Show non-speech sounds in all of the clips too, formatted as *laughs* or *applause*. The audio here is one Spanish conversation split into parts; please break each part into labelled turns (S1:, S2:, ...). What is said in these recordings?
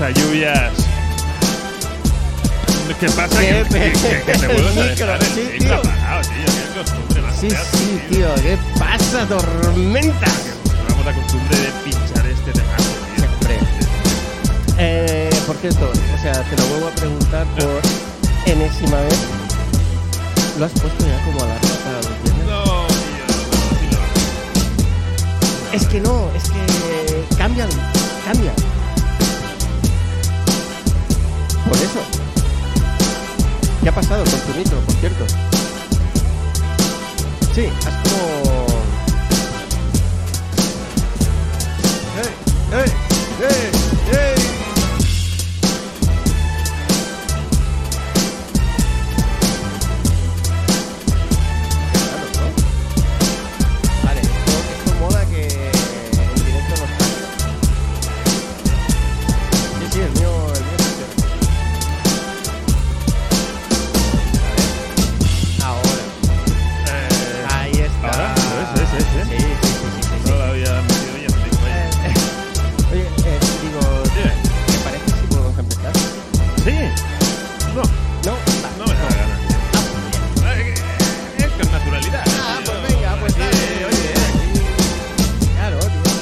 S1: a lluvias. ¿Qué pasa?
S2: ¿Qué
S1: Que, que- que-
S2: *laughs*
S1: que te
S2: me-
S1: vuelves a
S2: el
S1: dejar el
S2: micro, sí,
S1: micro
S2: tío.
S1: apagado, tío. Qué costumbre la
S2: Sí,
S1: fea,
S2: sí, tío. ¿Qué pasa, tormenta?
S1: Tenemos la costumbre de pinchar este tema. tío.
S2: Siempre. Eh, por cierto, o sea, te lo vuelvo a preguntar por enésima vez. ¿Lo has puesto ya como alarma para los viernes?
S1: No, tío, no, Eh, sí lo-
S2: Es que no, es que cambian, cambian. Por eso. ¿Qué ha pasado con tu micro, por cierto? Sí, has como... ¡Ey! ¡Ey! ¡Ey! ¡Ey! Claro, ¿no? Vale, esto, esto mola que en directo nos cambia. Sí, sí, el mío, el mío funciona. A ver. Ahora.
S1: Eh,
S2: Ahí está.
S1: Ahora, sí, sí, sí, sí.
S2: Sí, sí, sí, sí, sí, sí.
S1: No la había metido y ya me dijo, oye,
S2: Eh, Oye, eh, digo, ¿te parece si podemos empezar?
S1: bien. Sí. No,
S2: No,
S1: no me da la gana.
S2: Ah, pues bien.
S1: Eh, Es con naturalidad.
S2: Ah,
S1: tío. eh.
S2: pues venga, pues
S1: Aquí,
S2: dale, oye, aquí. Claro, tío.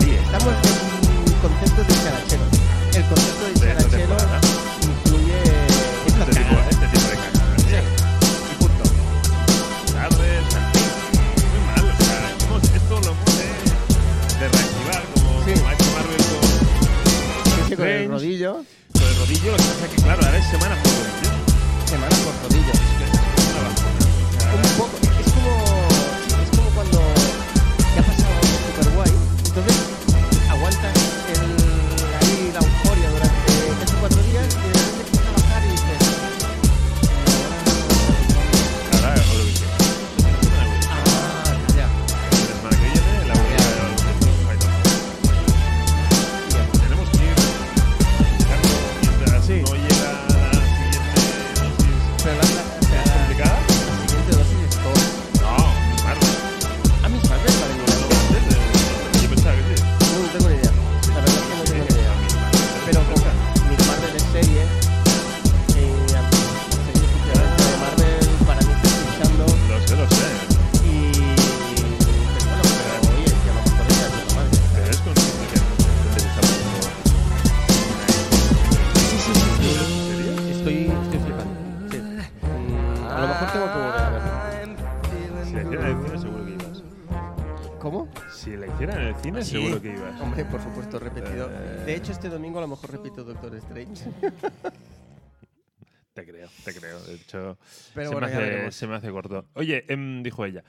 S1: Sí,
S2: Estamos en un concepto de charachero. El concepto de
S1: De esta
S2: charachero
S1: temporada.
S2: incluye eh, estas
S1: este tipo,
S2: cagadas.
S1: este tipo de cagadas.
S2: Sí.
S1: tío.
S2: Y punto.
S1: tardes, muy mal, o sea, hemos- esto lo hemos de, de reactivar, como,
S2: Sí.
S1: como ha hecho Marvel con,
S2: Sí, sí, con el
S1: Strange,
S2: rodillo,
S1: con el rodillo, lo que pasa es que claro, ahora es semana ¿eh? por rodillo,
S2: semana por rodillo.
S1: que es una vacuna.
S2: Un
S1: Ahora-
S2: poco, es como, es como cuando te ha pasado algo súper guay, entonces aguantas el, ahí la euforia durante tres o cuatro días y de repente empieza a bajar y dices...
S1: ahora Eurovisión. Esta semana Eurovisión.
S2: Ah, ya.
S1: La semana que viene, la vuelta de Eurovisión, ahí vamos. Tenemos que ir buscando mientras
S2: Sí.
S1: no llega la siguiente dosis
S2: Pero la, la, o sea, la-
S1: complicada.
S2: la siguiente dosis es todo.
S1: No, claro,
S2: A mis padres para ninguna
S1: no va a ser, eh, yo pensaba que sí.
S2: No, no tengo ni idea. La verdad es que no tengo ni idea. Pero con mis Marvel de serie, eh, a mí las series últimamente de Marvel para mí está pinchando
S1: Lo sé, lo sé.
S2: y... Pero bueno, pero oye, que a lo mejor ella es de la madre.
S1: Pero es consciente que te gusta mucho.
S2: Sí, sí, sí, sí. Estoy, estoy flipando. Sí. Mm, A lo mejor tengo que volver a verlo.
S1: Si la hicieran en el cine, seguro que ibas. Si la hicieran en el cine,
S2: ¿Cómo? Sí.
S1: seguro que ibas.
S2: Hombre, por supuesto, repetido. De hecho, este domingo a lo mejor repito Doctor Strange.
S1: Te creo, te creo. De hecho, se,
S2: Pero bueno,
S1: me
S2: ya
S1: hace,
S2: veremos.
S1: se me hace corto. Oye, em, dijo
S2: *laughs*
S1: ella,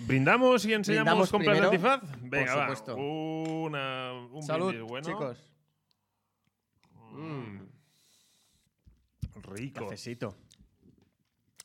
S1: ¿brindamos y enseñamos
S2: ¿Brindamos
S1: compras de
S2: primero?
S1: antifaz? Venga, va.
S2: supuesto.
S1: Una, un brindis bueno.
S2: chicos.
S1: Mm. Rico.
S2: Cafecito.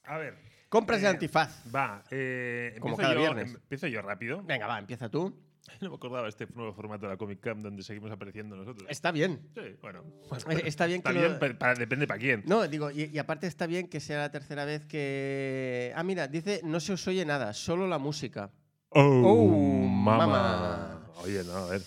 S1: A ver,
S2: Compras de
S1: Eh,
S2: antifaz.
S1: va. eh,
S2: Como
S1: empiezo
S2: cada
S1: yo-
S2: viernes.
S1: em- Empiezo yo rápido. *laughs*
S2: Venga, va, empieza tú.
S1: No me acordaba este nuevo formato de la Comic Cam donde seguimos apareciendo nosotros.
S2: Está bien.
S1: Sí, bueno.
S2: Eh, Está bien que
S1: Está bien,
S2: lo-
S1: pero para- depende para quién.
S2: No, digo, y, y aparte está bien que sea la tercera vez que... Ah, mira, dice, no se os oye nada, solo la música. Oh, mama. mama.
S1: Oye, no, a ver.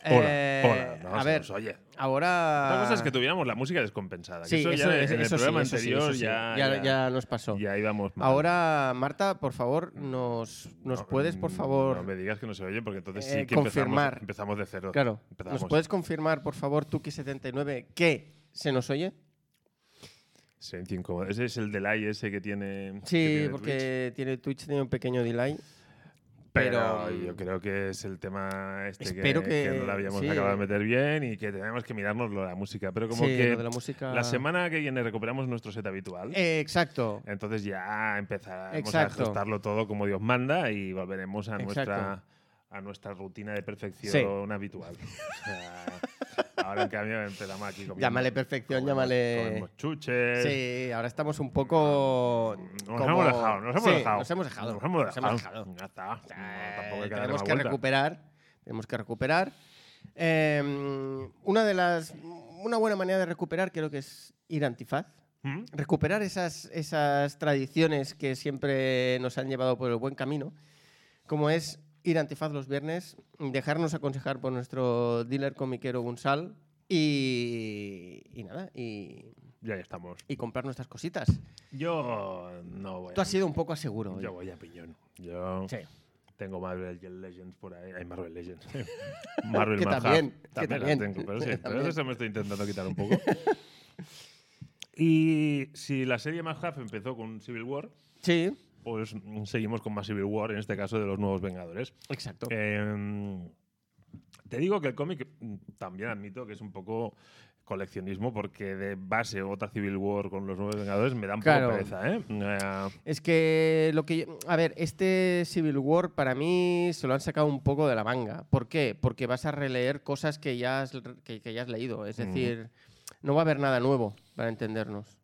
S1: Hola,
S2: Eh,
S1: hola. No,
S2: a
S1: se
S2: ver,
S1: nos oye.
S2: ahora...
S1: La cosa es que tuviéramos la música descompensada. que
S2: Sí,
S1: eso,
S2: eso,
S1: ya
S2: eso-
S1: en el
S2: eso sí,
S1: programa
S2: eso sí,
S1: anterior
S2: eso sí.
S1: ya,
S2: ya, ya nos pasó.
S1: ya íbamos mal.
S2: Ahora, Marta, por favor, nos, nos
S1: No,
S2: puedes, por
S1: mm,
S2: favor...
S1: No me digas que no se oye porque entonces
S2: eh,
S1: sí que
S2: confirmar.
S1: empezamos, empezamos de cero.
S2: Claro.
S1: Empezamos.
S2: ¿Nos puedes confirmar, por favor, Tuki79, que se nos oye?
S1: Sí, en cinco- Ese es el delay ese que tiene. que
S2: Sí,
S1: tiene Twitch.
S2: porque tiene Twitch tiene un pequeño delay.
S1: Pero,
S2: pero,
S1: yo creo que es el tema este que-
S2: espero
S1: que,
S2: que-
S1: no lo habíamos
S2: sí.
S1: acabado de meter bien y que tenemos que mirarnos lo de la música. Pero como
S2: sí,
S1: que
S2: lo de la música.
S1: La semana que viene recuperamos nuestro set habitual.
S2: Eh, exacto.
S1: Entonces ya empezaremos
S2: Exacto.
S1: a ajustarlo todo como Dios manda y volveremos a nuestra
S2: Exacto.
S1: a nuestra rutina de perfección
S2: Sí.
S1: habitual. O sea, ahora en cambio empezamos aquí comiendo.
S2: Llámale perfección,
S1: comemos-
S2: llámale-
S1: Comemos chuches.
S2: Sí, ahora estamos un poco.
S1: Nos
S2: como-
S1: hemos dejado, nos hemos
S2: Sí,
S1: dejado.
S2: Nos hemos dejado.
S1: Nos hemos dejado.
S2: dejado.
S1: Ya está. No, tampoco hay
S2: Eh,
S1: que darle
S2: tenemos
S1: más
S2: que
S1: vuelta.
S2: recuperar. Tenemos que recuperar. Eh, una de las. Una buena manera de recuperar creo que es ir a antifaz.
S1: ¿Mm?
S2: Recuperar esas, esas tradiciones que siempre nos han llevado por el buen camino, como es ir a Antifaz los viernes, dejarnos aconsejar por nuestro dealer comiquero Gunsal y, y nada, y,
S1: Ya estamos.
S2: y comprar nuestras cositas.
S1: Yo no voy.
S2: Tú
S1: a-
S2: has sido un poco a seguro. hoy.
S1: Yo voy a piñón. Yo
S2: Sí.
S1: tengo Marvel Legends por ahí. Hay Marvel Legends. *laughs* Marvel
S2: Que
S1: Manhunt.
S2: también, que
S1: También las
S2: también,
S1: tengo, pero
S2: *laughs*
S1: sí.
S2: que
S1: Pero
S2: también.
S1: eso me estoy intentando quitar un
S2: *laughs*
S1: poco. y si la serie Manhunt empezó con Civil War,
S2: Sí,
S1: pues mm, seguimos con más Civil War, en este caso de los Nuevos Vengadores.
S2: exacto.
S1: Eh, te digo que el cómic mm, también admito que es un poco coleccionismo porque de base otra Civil War con los nuevos Vengadores me da un
S2: Claro.
S1: poco pereza, ¿eh? Eh,
S2: Es que lo que. yo- A ver, este Civil War para mí se lo han sacado un poco de la manga. ¿Por qué? Porque vas a releer cosas que ya has, que, que ya has leído. Es decir, no va a haber nada nuevo para entendernos.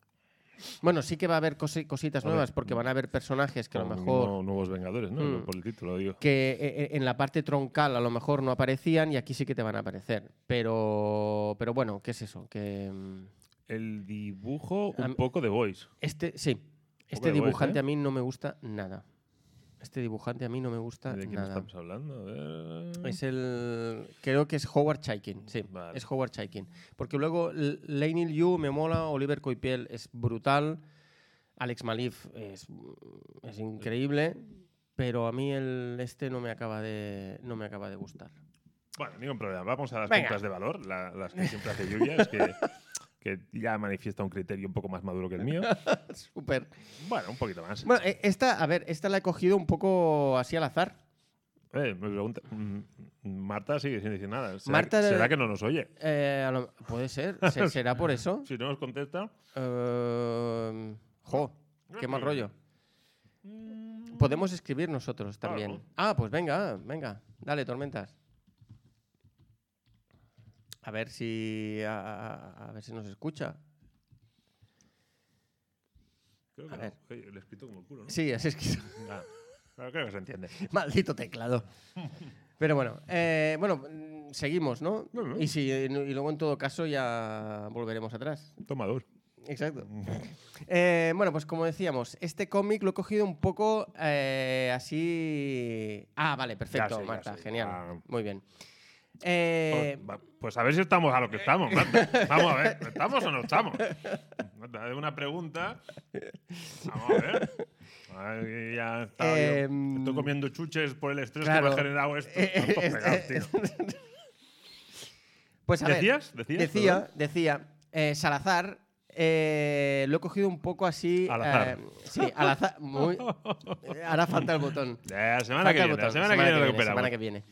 S2: Bueno, sí que va a haber cosi- cositas
S1: A ver, mm.
S2: nuevas porque van a haber personajes que a lo
S1: con
S2: mejor.
S1: no- nuevos Vengadores, ¿no?
S2: Mm.
S1: Por el título, digo.
S2: que eh, eh, en la parte troncal a lo mejor no aparecían y aquí sí que te van a aparecer. Pero, pero bueno, ¿qué es eso? Que mm,
S1: El dibujo un
S2: A mí-
S1: poco de Voice.
S2: este, sí, este
S1: de voz,
S2: dibujante
S1: ¿eh?
S2: a mí no me gusta nada. Este dibujante a mí no me gusta
S1: ¿De quién
S2: nada.
S1: estamos hablando? A ver.
S2: Es el. Creo que es Howard Chaikin. Sí,
S1: Vale.
S2: es Howard Chaikin. Porque luego L- Lainey Liu me mola, Oliver Coipiel es brutal, Alex Malif es, es increíble, pero a mí el este no me acaba de, no me acaba de gustar.
S1: Bueno, ningún problema. Vamos a las
S2: Venga.
S1: puntas de valor, la- las que siempre hace Lluvia, es
S2: *laughs*
S1: que, que ya manifiesta un criterio un poco más maduro que el
S2: *laughs*
S1: mío.
S2: Súper.
S1: Bueno, un poquito más.
S2: Bueno, e- esta, a ver, esta la he cogido un poco así al azar.
S1: Eh, me pregunta. mm, Marta sigue sin decir nada. ¿Será,
S2: Marta-
S1: será que no nos oye?
S2: Eh, a lo- puede ser, ¿Se- será
S1: *laughs*
S2: por eso.
S1: Si no nos contesta.
S2: Eh, jo, qué mal rollo.
S1: mm,
S2: Podemos escribir nosotros también.
S1: Claro.
S2: Ah, pues venga, venga, dale, tormentas. A ver si a, a- a ver si nos escucha.
S1: Creo
S2: A
S1: que no.
S2: ver.
S1: Oye, le he escrito como el culo, ¿no?
S2: Sí, así es que
S1: Ah, claro, creo que se entiende.
S2: *laughs* maldito teclado. Pero bueno, eh, bueno, mm, seguimos, ¿no?
S1: Bueno.
S2: Y si y luego en todo caso ya volveremos atrás.
S1: Toma dos. *laughs*
S2: Exacto. Eh, bueno, pues como decíamos, este cómic lo he cogido un poco eh, así. Ah, vale, perfecto,
S1: sé, ya
S2: Marta,
S1: sé.
S2: genial.
S1: Ah. Oh,
S2: Muy bien. Eh,
S1: Pues, va- pues a ver si estamos a lo que estamos, Marta. Vamos a ver, ¿estamos o no estamos? Marta, haz una pregunta. Vamos a ver. Ay, ya estaba yo-
S2: Em,
S1: Estoy comiendo chuches por el estrés
S2: claro.
S1: que me ha generado esto.
S2: Eh, eh,
S1: Tantos
S2: eh,
S1: pegados,
S2: eh,
S1: tío.
S2: *laughs* pues a ver,
S1: ¿Decías? ¿Decías?
S2: decía,
S1: Perdón.
S2: decía, eh, Salazar, eh, lo he cogido un poco así.
S1: Al azar.
S2: eh, sí, al azar.
S1: *laughs*
S2: muy- hará falta el botón.
S1: La semana que
S2: Falta
S1: viene,
S2: el
S1: la
S2: botón,
S1: semana que viene lo recuperamos.
S2: semana que viene.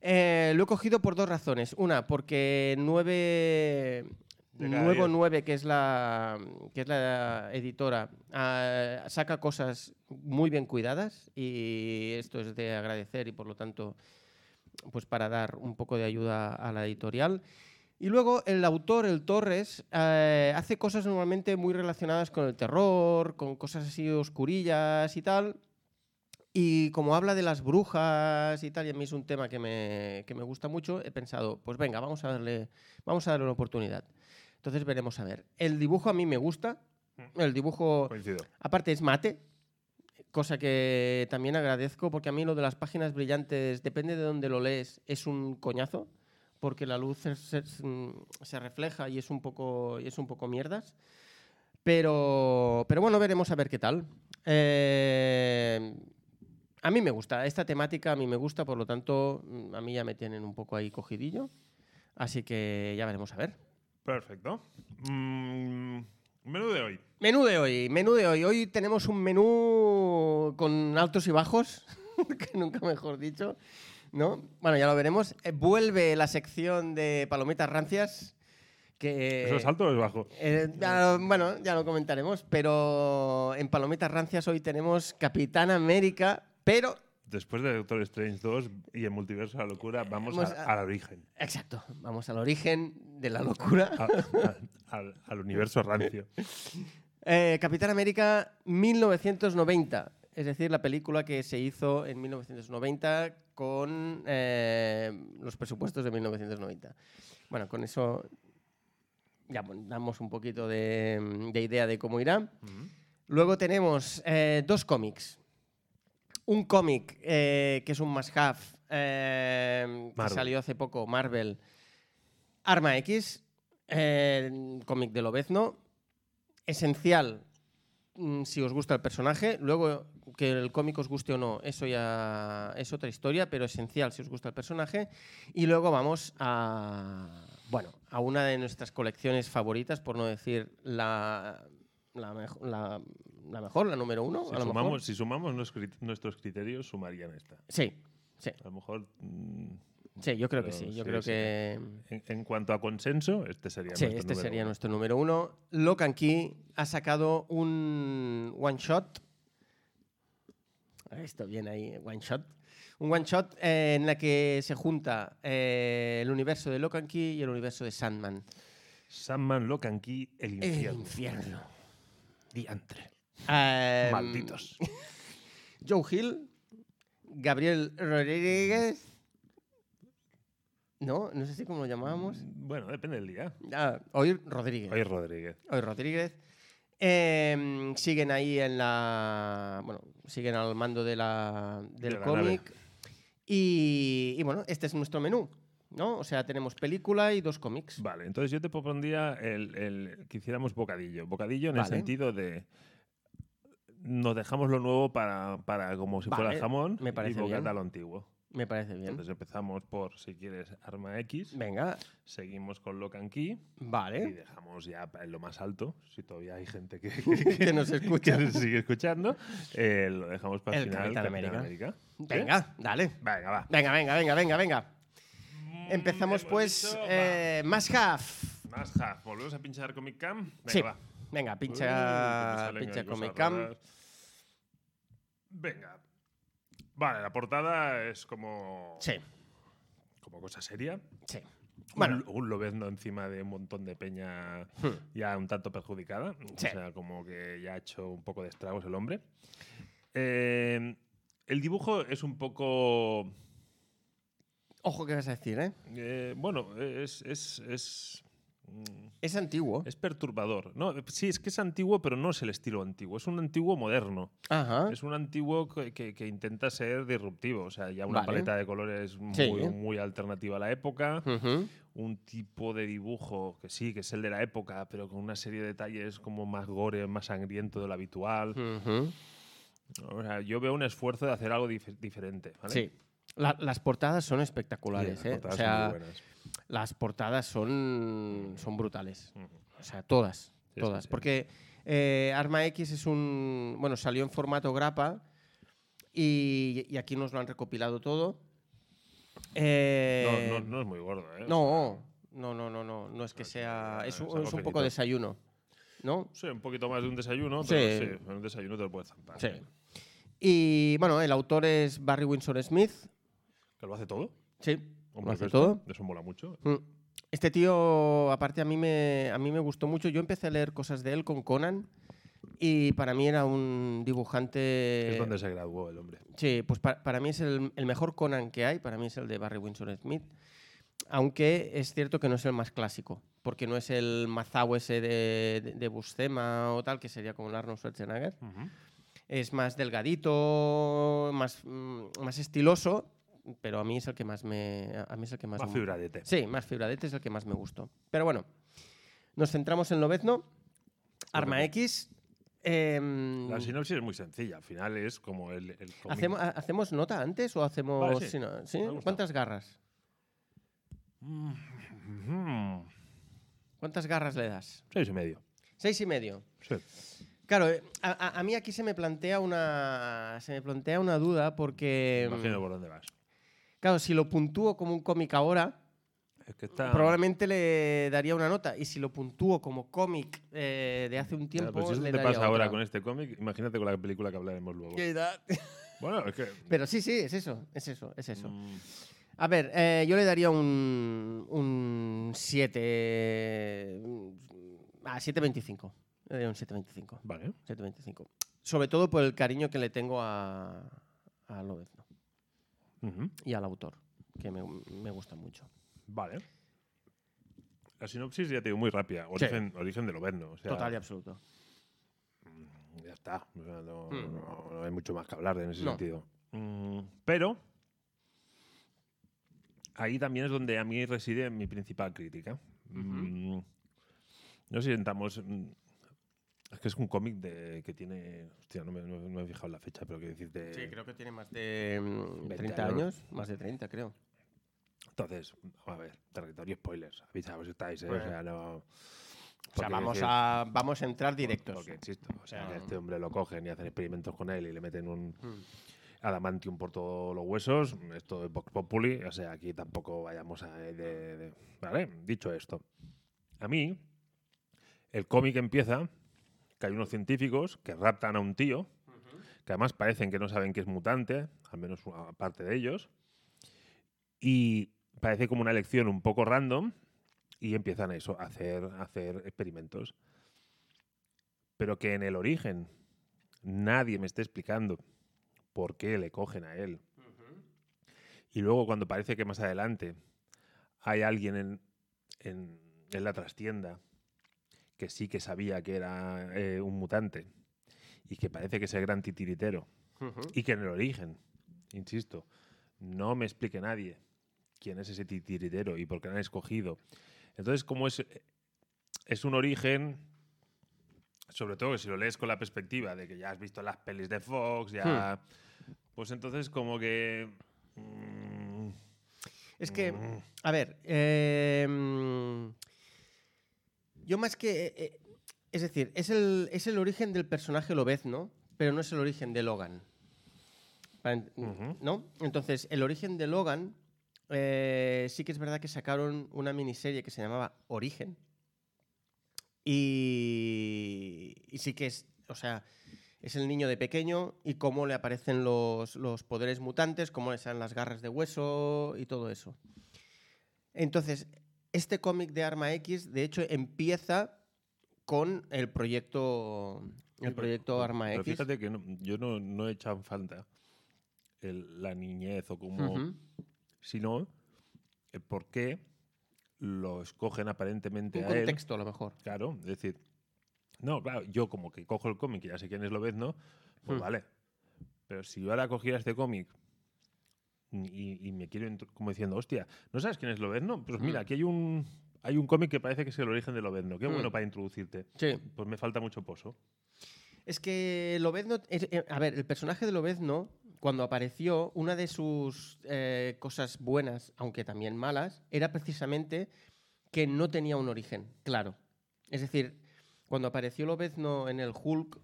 S2: Eh, lo he cogido por dos razones. Una, porque 9.
S1: De cada
S2: Nuevo
S1: diez.
S2: 9, que es la, que es la editora, ah, saca cosas muy bien cuidadas y esto es de agradecer y por lo tanto, pues para dar un poco de ayuda a la editorial. Y luego el autor, el Torres, eh, hace cosas normalmente muy relacionadas con el terror, con cosas así oscurillas y tal. Y como habla de las brujas y tal, y a mí es un tema que me, que me gusta mucho, he pensado, pues venga, vamos a darle, vamos a darle una oportunidad. Entonces veremos a ver. El dibujo a mí me gusta. El dibujo,
S1: Coincido.
S2: aparte, es mate, cosa que también agradezco, porque a mí lo de las páginas brillantes, depende de dónde lo lees, es un coñazo, porque la luz es- es, mm, se refleja y es un poco, y es un poco mierdas. Pero, pero bueno, veremos a ver qué tal. Eh, a mí me gusta, esta temática a mí me gusta, por lo tanto, mm, a mí ya me tienen un poco ahí cogidillo. Así que ya veremos a ver.
S1: Perfecto. Mm, menú de hoy.
S2: Menú de hoy, menú de hoy. Hoy tenemos un menú con altos y bajos, *laughs* que nunca mejor dicho, ¿no? Bueno, ya lo veremos. Eh, vuelve la sección de palomitas rancias, que...
S1: ¿Eso es alto o es bajo?
S2: Eh, ya lo- bueno, ya lo comentaremos, pero en palomitas rancias hoy tenemos Capitán América, pero...
S1: Después de Doctor Strange 2 y el multiverso de la locura, vamos
S2: eh, Hemos-
S1: a- al origen.
S2: Exacto, vamos al origen de la locura.
S1: A- a- al, al universo
S2: *laughs*
S1: rancio.
S2: Eh, Capitán América 1990, es decir, la película que se hizo en 1990 con eh, los presupuestos de 1990. Bueno, con eso ya bueno, damos un poquito de, de idea de cómo irá. Luego tenemos eh, dos cómics. Un cómic eh, que es un must-have eh, que
S1: Marvel.
S2: salió hace poco, Marvel. Arma X, eh, cómic de Lobezno. Esencial mm, si os gusta el personaje. Luego, que el cómic os guste o no, eso ya es otra historia, pero esencial si os gusta el personaje. Y luego vamos a. Bueno, a una de nuestras colecciones favoritas, por no decir la, la, mejo- la- la mejor, la número uno.
S1: Si
S2: a lo mejor.
S1: sumamos, si sumamos nos crit- nuestros criterios, sumarían esta.
S2: Sí, sí,
S1: A lo mejor, mm,
S2: sí, yo creo que
S1: Pero
S2: sí. Yo
S1: sí,
S2: creo
S1: sí.
S2: que.
S1: en, en cuanto a consenso, este sería
S2: Sí,
S1: nuestro
S2: este
S1: número
S2: sería
S1: uno.
S2: nuestro número uno. Locan Key ha sacado un one shot. Esto viene ahí, one shot. Un one shot eh, en la que se junta eh, el universo de Locan Key y el universo de Sandman.
S1: Sandman, Locan Key, el
S2: El
S1: infierno.
S2: infierno.
S1: Diantre.
S2: Em,
S1: Malditos.
S2: Joe Hill, Gabriel Rodríguez. No, no sé si cómo lo llamábamos.
S1: Bueno, depende del día.
S2: Ah, Oír Rodríguez.
S1: Oye, Rodríguez.
S2: Hoy Rodríguez. Em, siguen ahí en la. Bueno, siguen al mando de la, del
S1: De la
S2: cómic. Y, y bueno, este es nuestro menú, ¿no? O sea, tenemos película y dos cómics.
S1: Vale, entonces yo te propondría el, el que hiciéramos bocadillo. Bocadillo en el
S2: Vale.
S1: sentido de. Nos dejamos lo nuevo para, para como si
S2: Vale,
S1: fuera jamón
S2: me parece
S1: y bocata
S2: bien.
S1: lo antiguo.
S2: Me parece bien.
S1: Entonces empezamos por, si quieres, Arma X.
S2: Venga,
S1: Seguimos con Locan Key. Y
S2: vale.
S1: dejamos ya pa- en lo más alto, si todavía hay gente que, que-
S2: *laughs* Que nos
S1: *laughs*
S2: escucha.
S1: que sigue escuchando. eh, lo dejamos para
S2: El
S1: final.
S2: Capitán América.
S1: ¿Sí?
S2: Venga, dale.
S1: Venga, va.
S2: Venga, venga, venga, venga, venga. Empezamos
S1: Mm, hemos
S2: pues.
S1: dicho, va.
S2: Eh, más half.
S1: Más ja, volvemos a pinchar Comic Cam. Venga,
S2: Sí.
S1: va.
S2: Venga,
S1: Uy, que me
S2: pincha,
S1: salen
S2: pincha
S1: ahí cosas
S2: Comic Cam.
S1: raras. Venga. Vale, la portada es como,
S2: Sí,
S1: como cosa seria.
S2: sí.
S1: Bueno.
S2: Bueno,
S1: Un, un lobezno encima de un montón de peña
S2: Hmm.
S1: ya un tanto perjudicada.
S2: Sí.
S1: O sea, como que ya ha hecho un poco de estragos el hombre. Eh, el dibujo es un poco.
S2: ojo que vas a decir, ¿eh?
S1: eh, bueno, es. es, es mm,
S2: Es antiguo.
S1: es perturbador. No, sí, es que es antiguo, pero no es el estilo antiguo. Es un antiguo moderno.
S2: Ajá.
S1: Es un antiguo que, que- que intenta ser disruptivo. O sea, ya una
S2: Vale.
S1: paleta de colores muy,
S2: Sí.
S1: muy alternativa a la época.
S2: Ujú.
S1: Un tipo de dibujo que sí, que es el de la época, pero con una serie de detalles como más gore, más sangriento de lo habitual.
S2: Ujú.
S1: O sea, yo veo un esfuerzo de hacer algo dif- diferente. ¿vale?
S2: Sí. La- las portadas son
S1: Y
S2: espectaculares,
S1: las
S2: ¿eh?
S1: portadas
S2: o sea,
S1: son muy buenas. Mm.
S2: las portadas son, son brutales.
S1: Ujú.
S2: O sea, todas.
S1: sí,
S2: todas.
S1: sí.
S2: Porque eh, Arma X es un. Bueno, salió en formato grapa y, y aquí nos lo han recopilado todo. Eh,
S1: No, no, no es muy gordo, ¿eh?
S2: no, no, no, no, no, no es que sea. Es,
S1: Es
S2: un-
S1: algo
S2: es un
S1: finito.
S2: poco desayuno, ¿no?
S1: Sí, un poquito más de un desayuno,
S2: Sí.
S1: pero sí, en un desayuno te lo puedes zampar.
S2: Sí. Y bueno, el autor es Barry Windsor Smith.
S1: Que lo hace todo.
S2: Sí, lo
S1: Hombre,
S2: hace
S1: esto-
S2: todo.
S1: Eso mola mucho.
S2: Mm. Este tío, aparte, a mí, me, a mí me gustó mucho. Yo empecé a leer cosas de él con Conan y para mí era un dibujante...
S1: es donde se graduó el hombre.
S2: Sí, pues pa- para mí es el, el mejor Conan que hay, para mí es el de Barry Windsor Smith. Aunque es cierto que no es el más clásico, porque no es el mazao ese de, de, de Buscema o tal, que sería como el Arnold Schwarzenegger.
S1: Ujú.
S2: Es más delgadito, más, mm, más estiloso, pero a mí es el que más me... A mí es el que más
S1: Más
S2: me-
S1: fibradete.
S2: Sí, más fibradete es el que más me gustó. Pero bueno, nos centramos en Lobezno. Arma
S1: Correcto.
S2: X. em,
S1: La sinopsis es muy sencilla. Al final es como el. el cómic.
S2: ¿hacemos, ha- hacemos nota antes o hacemos.?
S1: Vale, sí.
S2: si no- ¿sí?
S1: Me ha gustado.
S2: ¿Cuántas garras?
S1: Mm,
S2: ¿Cuántas garras le das?
S1: Seis y medio.
S2: Seis y medio.
S1: Sí.
S2: Claro, eh, a, a- a mí aquí se me plantea una. Se me plantea una duda porque. em,
S1: Imagino por dónde vas.
S2: Claro, si lo puntúo como un cómic ahora,
S1: Es que está.
S2: probablemente le daría una nota. Y si lo puntúo como cómic eh, de hace un
S1: Claro,
S2: tiempo,
S1: pues si eso
S2: le
S1: te
S2: daría
S1: pasa ahora
S2: otra.
S1: con este pues. cómic, imagínate con la película que hablaremos luego.
S2: ¿Qué edad?
S1: Bueno, es que.
S2: Pero sí, sí, es eso, es eso, es eso.
S1: mm,
S2: A ver, eh, yo le daría un un mm, 7 a 7.25. Le daría un 7.25,
S1: vale.
S2: 7.25. Sobre todo por el cariño que le tengo a a Lobezno
S1: Ujú,
S2: y al autor, que me, me gusta mucho.
S1: Vale. La sinopsis ya te digo muy rápida. Origen, origen de Lobezno. O sea,
S2: Total y absoluto.
S1: Ya está. O sea, no,
S2: Mm.
S1: no- no hay mucho más que hablar en ese
S2: No.
S1: sentido. Mm, pero ahí también es donde a mí reside mi principal crítica. Mm, No sé si sentamos. mm, Es que es un cómic de- que tiene. Hostia, no me, no- no he fijado en la fecha, pero quiero decirte.
S2: Sí, creo que tiene más de mm,
S1: 20
S2: 30
S1: años.
S2: años. Más de 30, creo.
S1: Entonces, a ver, territorio spoilers. Avisaos, estáis, ¿eh?
S2: Bueno.
S1: O sea, no.
S2: Pues, O sea,
S1: porque
S2: vamos
S1: decir-
S2: a, vamos a entrar directos.
S1: Porque, insisto, o sea,
S2: Ah.
S1: que a este hombre lo cogen y hacen experimentos con él y le meten un
S2: Mm.
S1: adamantium por todos los huesos. Esto es Vox Populi, o sea, aquí tampoco vayamos a... de- de- Vale, dicho esto. A mí, el cómic empieza que hay unos científicos que raptan a un tío, que además parecen que no saben que es mutante, al menos una parte de ellos, y parece como una elección un poco random, y empiezan a eso, a hacer, a hacer experimentos. Pero que en el origen nadie me esté explicando por qué le cogen a él. Y luego cuando parece que más adelante hay alguien en, en, en la trastienda que sí que sabía que era eh, un mutante y que parece que es el gran titiritero
S2: Ujú.
S1: y que en el origen, insisto, no me explique nadie quién es ese titiritero y por qué lo han escogido. Entonces, como es, eh, es un origen, sobre todo que si lo lees con la perspectiva de que ya has visto las pelis de Fox, ya.
S2: Hmm.
S1: Pues entonces, como que. mm,
S2: Es que,
S1: Mm.
S2: a ver, eh, mm, yo más que... eh, eh, es decir, es el, es el origen del personaje Lobezno, pero no es el origen de Logan. Para ent-
S1: Ujú.
S2: ¿No? Entonces, el origen de Logan, eh, sí que es verdad que sacaron una miniserie que se llamaba Origen. Y, y sí que es, o sea, es el niño de pequeño y cómo le aparecen los, los poderes mutantes, cómo le salen las garras de hueso y todo eso. Entonces, este cómic de Arma X, de hecho, empieza con el proyecto, el
S1: pero-
S2: proyecto Arma
S1: pero
S2: X.
S1: fíjate que no- yo no, no he echado en falta el- la niñez o como.
S2: Ujú.
S1: Sino el por qué lo escogen aparentemente
S2: Un
S1: a él.
S2: contexto, a lo mejor.
S1: Claro, es decir, no, claro, yo como que cojo el cómic y ya sé quién es Lobezno, pues
S2: Hmm.
S1: vale. Pero si yo ahora cogiera este cómic y, y me quiero entr- como diciendo, hostia, ¿no sabes quién es Lobezno? Pues mira,
S2: Hmm.
S1: aquí hay un hay un cómic que parece que es el origen de Lobezno. Qué
S2: Hmm.
S1: bueno para introducirte.
S2: Sí.
S1: Pues me falta mucho pozo.
S2: Es que Lobezno. es- eh, a ver, el personaje de Lobezno, cuando apareció, una de sus eh, cosas buenas, aunque también malas, era precisamente que no tenía un origen, claro. Es decir, cuando apareció Lobezno en el Hulk,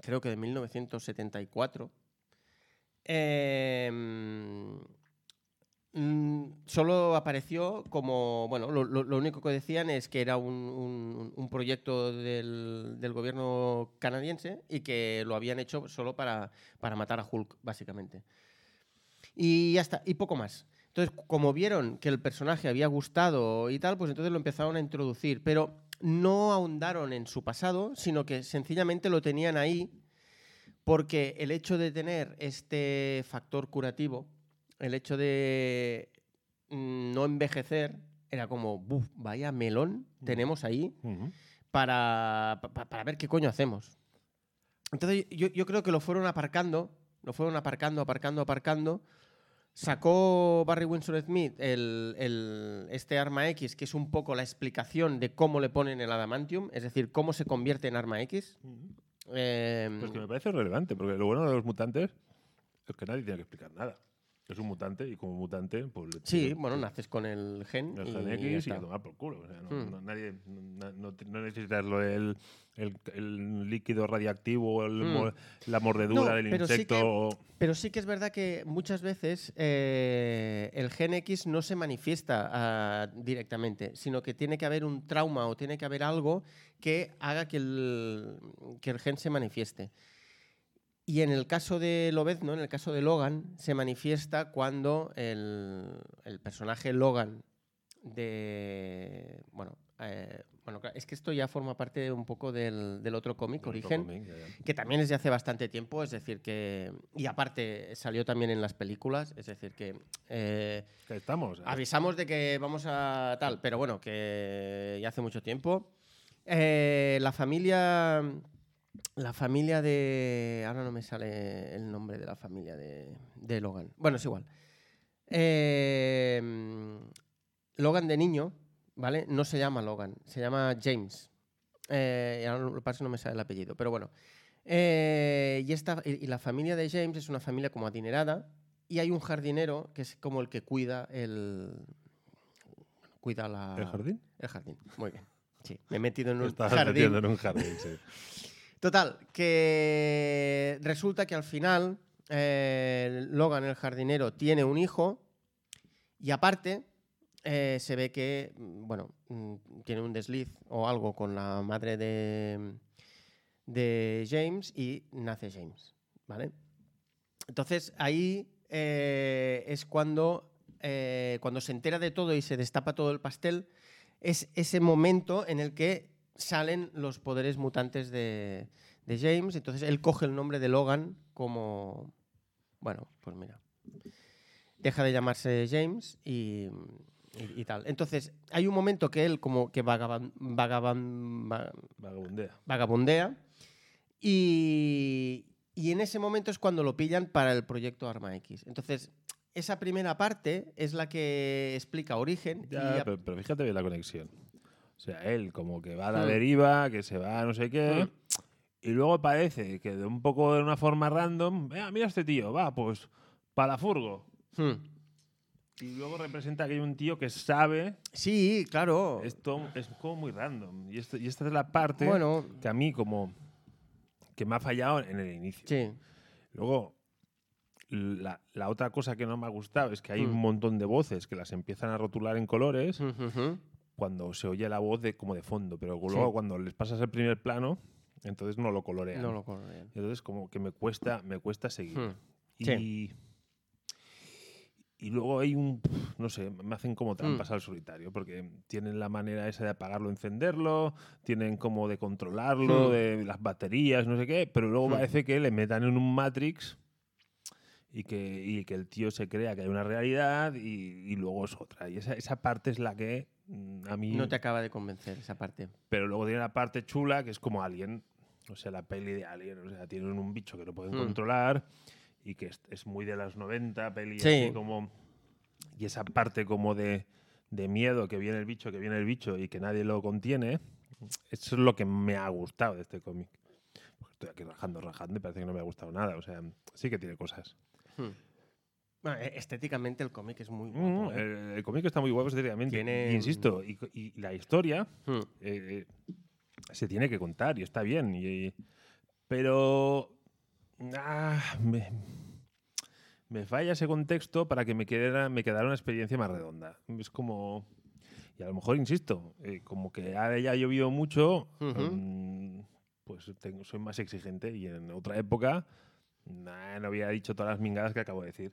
S2: creo que de 1974, eh, mm, solo apareció como, bueno, lo, lo- lo único que decían es que era un, un- un proyecto del, del gobierno canadiense y que lo habían hecho solo para, para matar a Hulk, básicamente. Y ya está, y poco más. Entonces, c- como vieron que el personaje había gustado y tal, pues entonces lo empezaron a introducir, pero no ahondaron en su pasado, sino que sencillamente lo tenían ahí porque el hecho de tener este factor curativo, el hecho de mm, no envejecer, era como, "Buf, vaya melón
S1: Mm.
S2: tenemos ahí para, pa- pa- para ver qué coño hacemos. Entonces yo, yo creo que lo fueron aparcando, lo fueron aparcando, aparcando, aparcando. Sacó Barry Windsor Smith el, el- este arma X, que es un poco la explicación de cómo le ponen el adamantium, es decir, cómo se convierte en arma X. Em,
S1: Pues que me parece relevante, porque lo bueno de los mutantes es que nadie tiene que explicar nada. Es un mutante y como mutante, pues le
S2: Sí,
S1: tiran-
S2: bueno, naces con el gen.
S1: El
S2: y
S1: Gen
S2: ya
S1: X y
S2: está.
S1: a tomar por culo. O sea, no,
S2: Hmm.
S1: no- nadie, no, no- no necesitas lo del- el, el líquido radiactivo, el
S2: Hmm.
S1: mo- la mordedura
S2: No,
S1: del
S2: pero sí
S1: insecto.
S2: que-
S1: o-
S2: Pero sí que es verdad que muchas veces eh, el gen X no se manifiesta ah, directamente, sino que tiene que haber un trauma o tiene que haber algo que haga que el, que el gen se manifieste. Y en el caso de Lobezno, en el caso de Logan, se manifiesta cuando el, el personaje Logan de... Bueno, eh, bueno, claro, es que esto ya forma parte un poco del, del otro cómic,
S1: Otro
S2: Origen
S1: cómic, ya, ya.
S2: que también es de hace bastante tiempo, es decir, que... Y aparte salió también en las películas, es decir, que... eh,
S1: Que estamos. eh.
S2: avisamos de que vamos a tal, pero bueno, que ya hace mucho tiempo. Eh, la familia... La familia de... Ahora no me sale el nombre de la familia de, de Logan. Bueno, es igual. Eh, Logan de niño, ¿vale? No se llama Logan, se llama James. Eh, y ahora lo que pasa es que no me sale el apellido, pero bueno. Eh, y, esta, y y la familia de James es una familia como adinerada y hay un jardinero que es como el que cuida el... Cuida la...
S1: ¿El jardín?
S2: El jardín, muy bien. Sí, me he metido en un
S1: Estás
S2: jardín.
S1: metiendo en un jardín, sí.
S2: Total, que resulta que al final eh, Logan, el jardinero, tiene un hijo y aparte eh, se ve que, mm, bueno, mm, tiene un desliz o algo con la madre de, mm, de James y nace James, ¿vale? Entonces ahí eh, es cuando, eh, cuando se entera de todo y se destapa todo el pastel, es ese momento en el que salen los poderes mutantes de, de James. Entonces él coge el nombre de Logan como. Bueno, pues mira. Deja de llamarse James y, y- y tal. Entonces, hay un momento que él como que vagaban- vagaban- va-
S1: Vagabundea.
S2: vagabundea y, y en ese momento es cuando lo pillan para el proyecto Arma X. Entonces, esa primera parte es la que explica origen. y
S1: Ya,
S2: a-
S1: pero, pero fíjate bien la conexión. O sea, él como que va a la
S2: Mm.
S1: deriva, que se va a no sé qué.
S2: Mm.
S1: Y luego parece que de un poco de una forma random, "Ah, mira este tío, va, pues para la furgo.
S2: Hmm.
S1: Y luego representa que hay un tío que sabe.
S2: Sí, claro.
S1: Esto es como muy random. Y, esto- y esta es la parte
S2: Bueno,
S1: que a mí como que me ha fallado en el inicio.
S2: sí.
S1: Luego, la, la otra cosa que no me ha gustado es que hay
S2: Mm.
S1: un montón de voces que las empiezan a rotular en colores
S2: Ujú, ujú.
S1: cuando se oye la voz de, como de fondo, pero luego
S2: Sí.
S1: cuando les pasas el primer plano, entonces no lo colorean.
S2: No lo corren.
S1: Entonces como que me cuesta, me cuesta seguir.
S2: Hmm.
S1: Y,
S2: Sí.
S1: y luego hay un, no sé, me hacen como trampas
S2: Mm.
S1: al solitario, porque tienen la manera esa de apagarlo, encenderlo, tienen como de controlarlo,
S2: Mm.
S1: de las baterías, no sé qué, pero luego
S2: Mm.
S1: parece que le metan en un Matrix y que, y que el tío se crea que hay una realidad y, y luego es otra. Y esa, esa parte es la que mm, a mí...
S2: No te acaba de convencer esa parte.
S1: Pero luego tiene la parte chula que es como Alien. O sea, la peli de Alien. O sea, tienen un bicho que no pueden
S2: Mm.
S1: controlar y que es, es muy de las 90, peli
S2: Sí.
S1: así como... Y esa parte como de, de miedo que viene el bicho, que viene el bicho y que nadie lo contiene. Eso es lo que me ha gustado de este cómic. Porque Estoy aquí rajando, rajando y parece que no me ha gustado nada. O sea, sí que tiene cosas.
S2: Hmm. Bueno, e- estéticamente el cómic es muy
S1: Mm,
S2: guapo. ¿eh?
S1: el, el cómic está muy guapo estéticamente.
S2: Tiene-
S1: Y insisto, y, y la historia
S2: Hmm.
S1: eh, eh, se tiene que contar y está bien. y- y- pero ah, me, me falla ese contexto para que me quedara, me quedara una experiencia más redonda. Es como. Y a lo mejor, insisto, eh, como que ha ya llovido mucho,
S2: Ujú.
S1: mm, pues tengo- soy más exigente y en otra época. nah, no había dicho todas las mingadas que acabo de decir.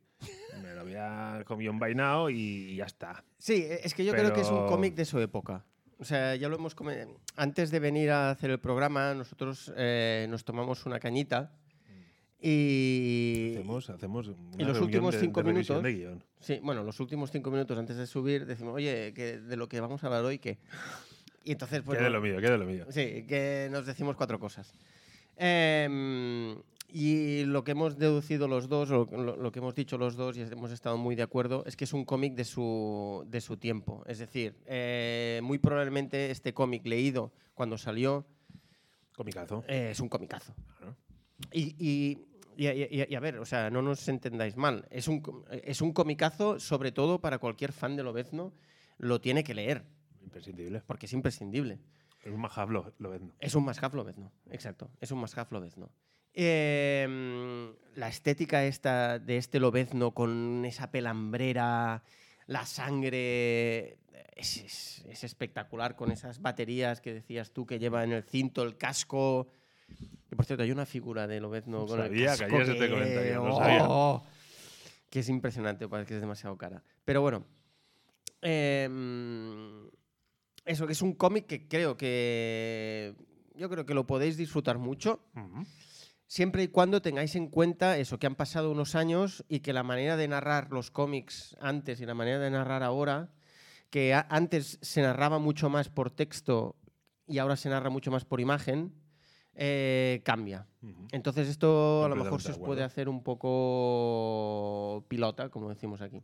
S1: Me lo había comido envainado y ya está.
S2: Sí, e- es que yo creo que es un
S1: Pero-
S2: cómic de su época. O sea, ya lo hemos come- Antes de venir a hacer el programa, nosotros eh, nos tomamos una cañita y...
S1: Hacemos, hacemos una
S2: los
S1: reunión
S2: últimos
S1: de-
S2: cinco
S1: de revisión
S2: minutos-
S1: de guión.
S2: Sí, bueno, los últimos cinco minutos antes de subir decimos, oye, que de lo que vamos a hablar hoy, ¿qué? Y entonces, pues...
S1: queda
S2: no-
S1: lo mío, queda lo mío.
S2: Sí, que nos decimos cuatro cosas. Em, y lo que hemos deducido los dos, o lo, lo que hemos dicho los dos y hemos estado muy de acuerdo, es que es un cómic de su, de su tiempo. Es decir, eh, muy probablemente este cómic leído cuando salió
S1: Comicazo.
S2: eh, es un comicazo.
S1: Claro.
S2: Y, y- y a- y a- y a ver, o sea, no nos entendáis mal. Es un, com- es un comicazo, sobre todo para cualquier fan de Lobezno, lo tiene que leer,
S1: Imprescindible.
S2: porque es imprescindible.
S1: Es un majab, lo, lo vendo.
S2: Es un más Lobezno, exacto. Es un más Lobezno. Eh, la estética esta de este Lobezno con esa pelambrera, la sangre, es, es- es espectacular con esas baterías que decías tú que lleva en el cinto, el casco. Y por cierto, hay una figura de Lobezno con el
S1: Sabía que
S2: casco
S1: harías este comentario, lo sabía.
S2: ¡Oh! que es impresionante, parece que es demasiado cara. Pero bueno, em, eso que es un cómic que creo que yo creo que lo podéis disfrutar mucho siempre y cuando tengáis en cuenta eso que han pasado unos años y que la manera de narrar los cómics antes y la manera de narrar ahora que a- antes se narraba mucho más por texto y ahora se narra mucho más por imagen eh, cambia entonces esto a lo mejor
S1: Completamente
S2: se os
S1: de acuerdo.
S2: puede hacer un poco pilota, como decimos aquí.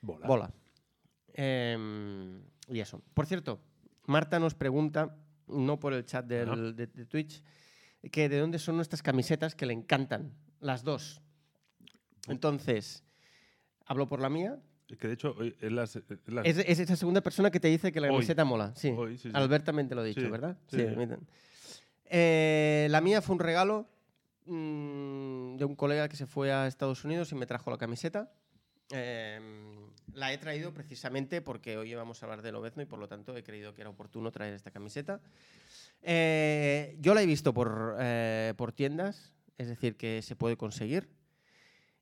S1: Bola.
S2: Bola. Em, y eso. Por cierto, Marta nos pregunta, no por el chat del-
S1: Ajá.
S2: de, de Twitch, que de dónde son nuestras camisetas que le encantan, las dos. Entonces, hablo por la mía.
S1: Es que de hecho, hoy es las- es las-
S2: Es, es esa segunda persona que te dice que la
S1: Hoy.
S2: camiseta mola. Sí.
S1: Hoy, sí, sí.
S2: Albert también te lo ha dicho,
S1: Sí,
S2: ¿verdad?
S1: sí, sí.
S2: a mí tam- Eh, la mía fue un regalo mm, de un colega que se fue a Estados Unidos y me trajo la camiseta. Eh, la he traído precisamente porque hoy vamos a hablar de Lobezno y por lo tanto he creído que era oportuno traer esta camiseta. Eh, yo la he visto por, eh, por tiendas, es decir, que se puede conseguir.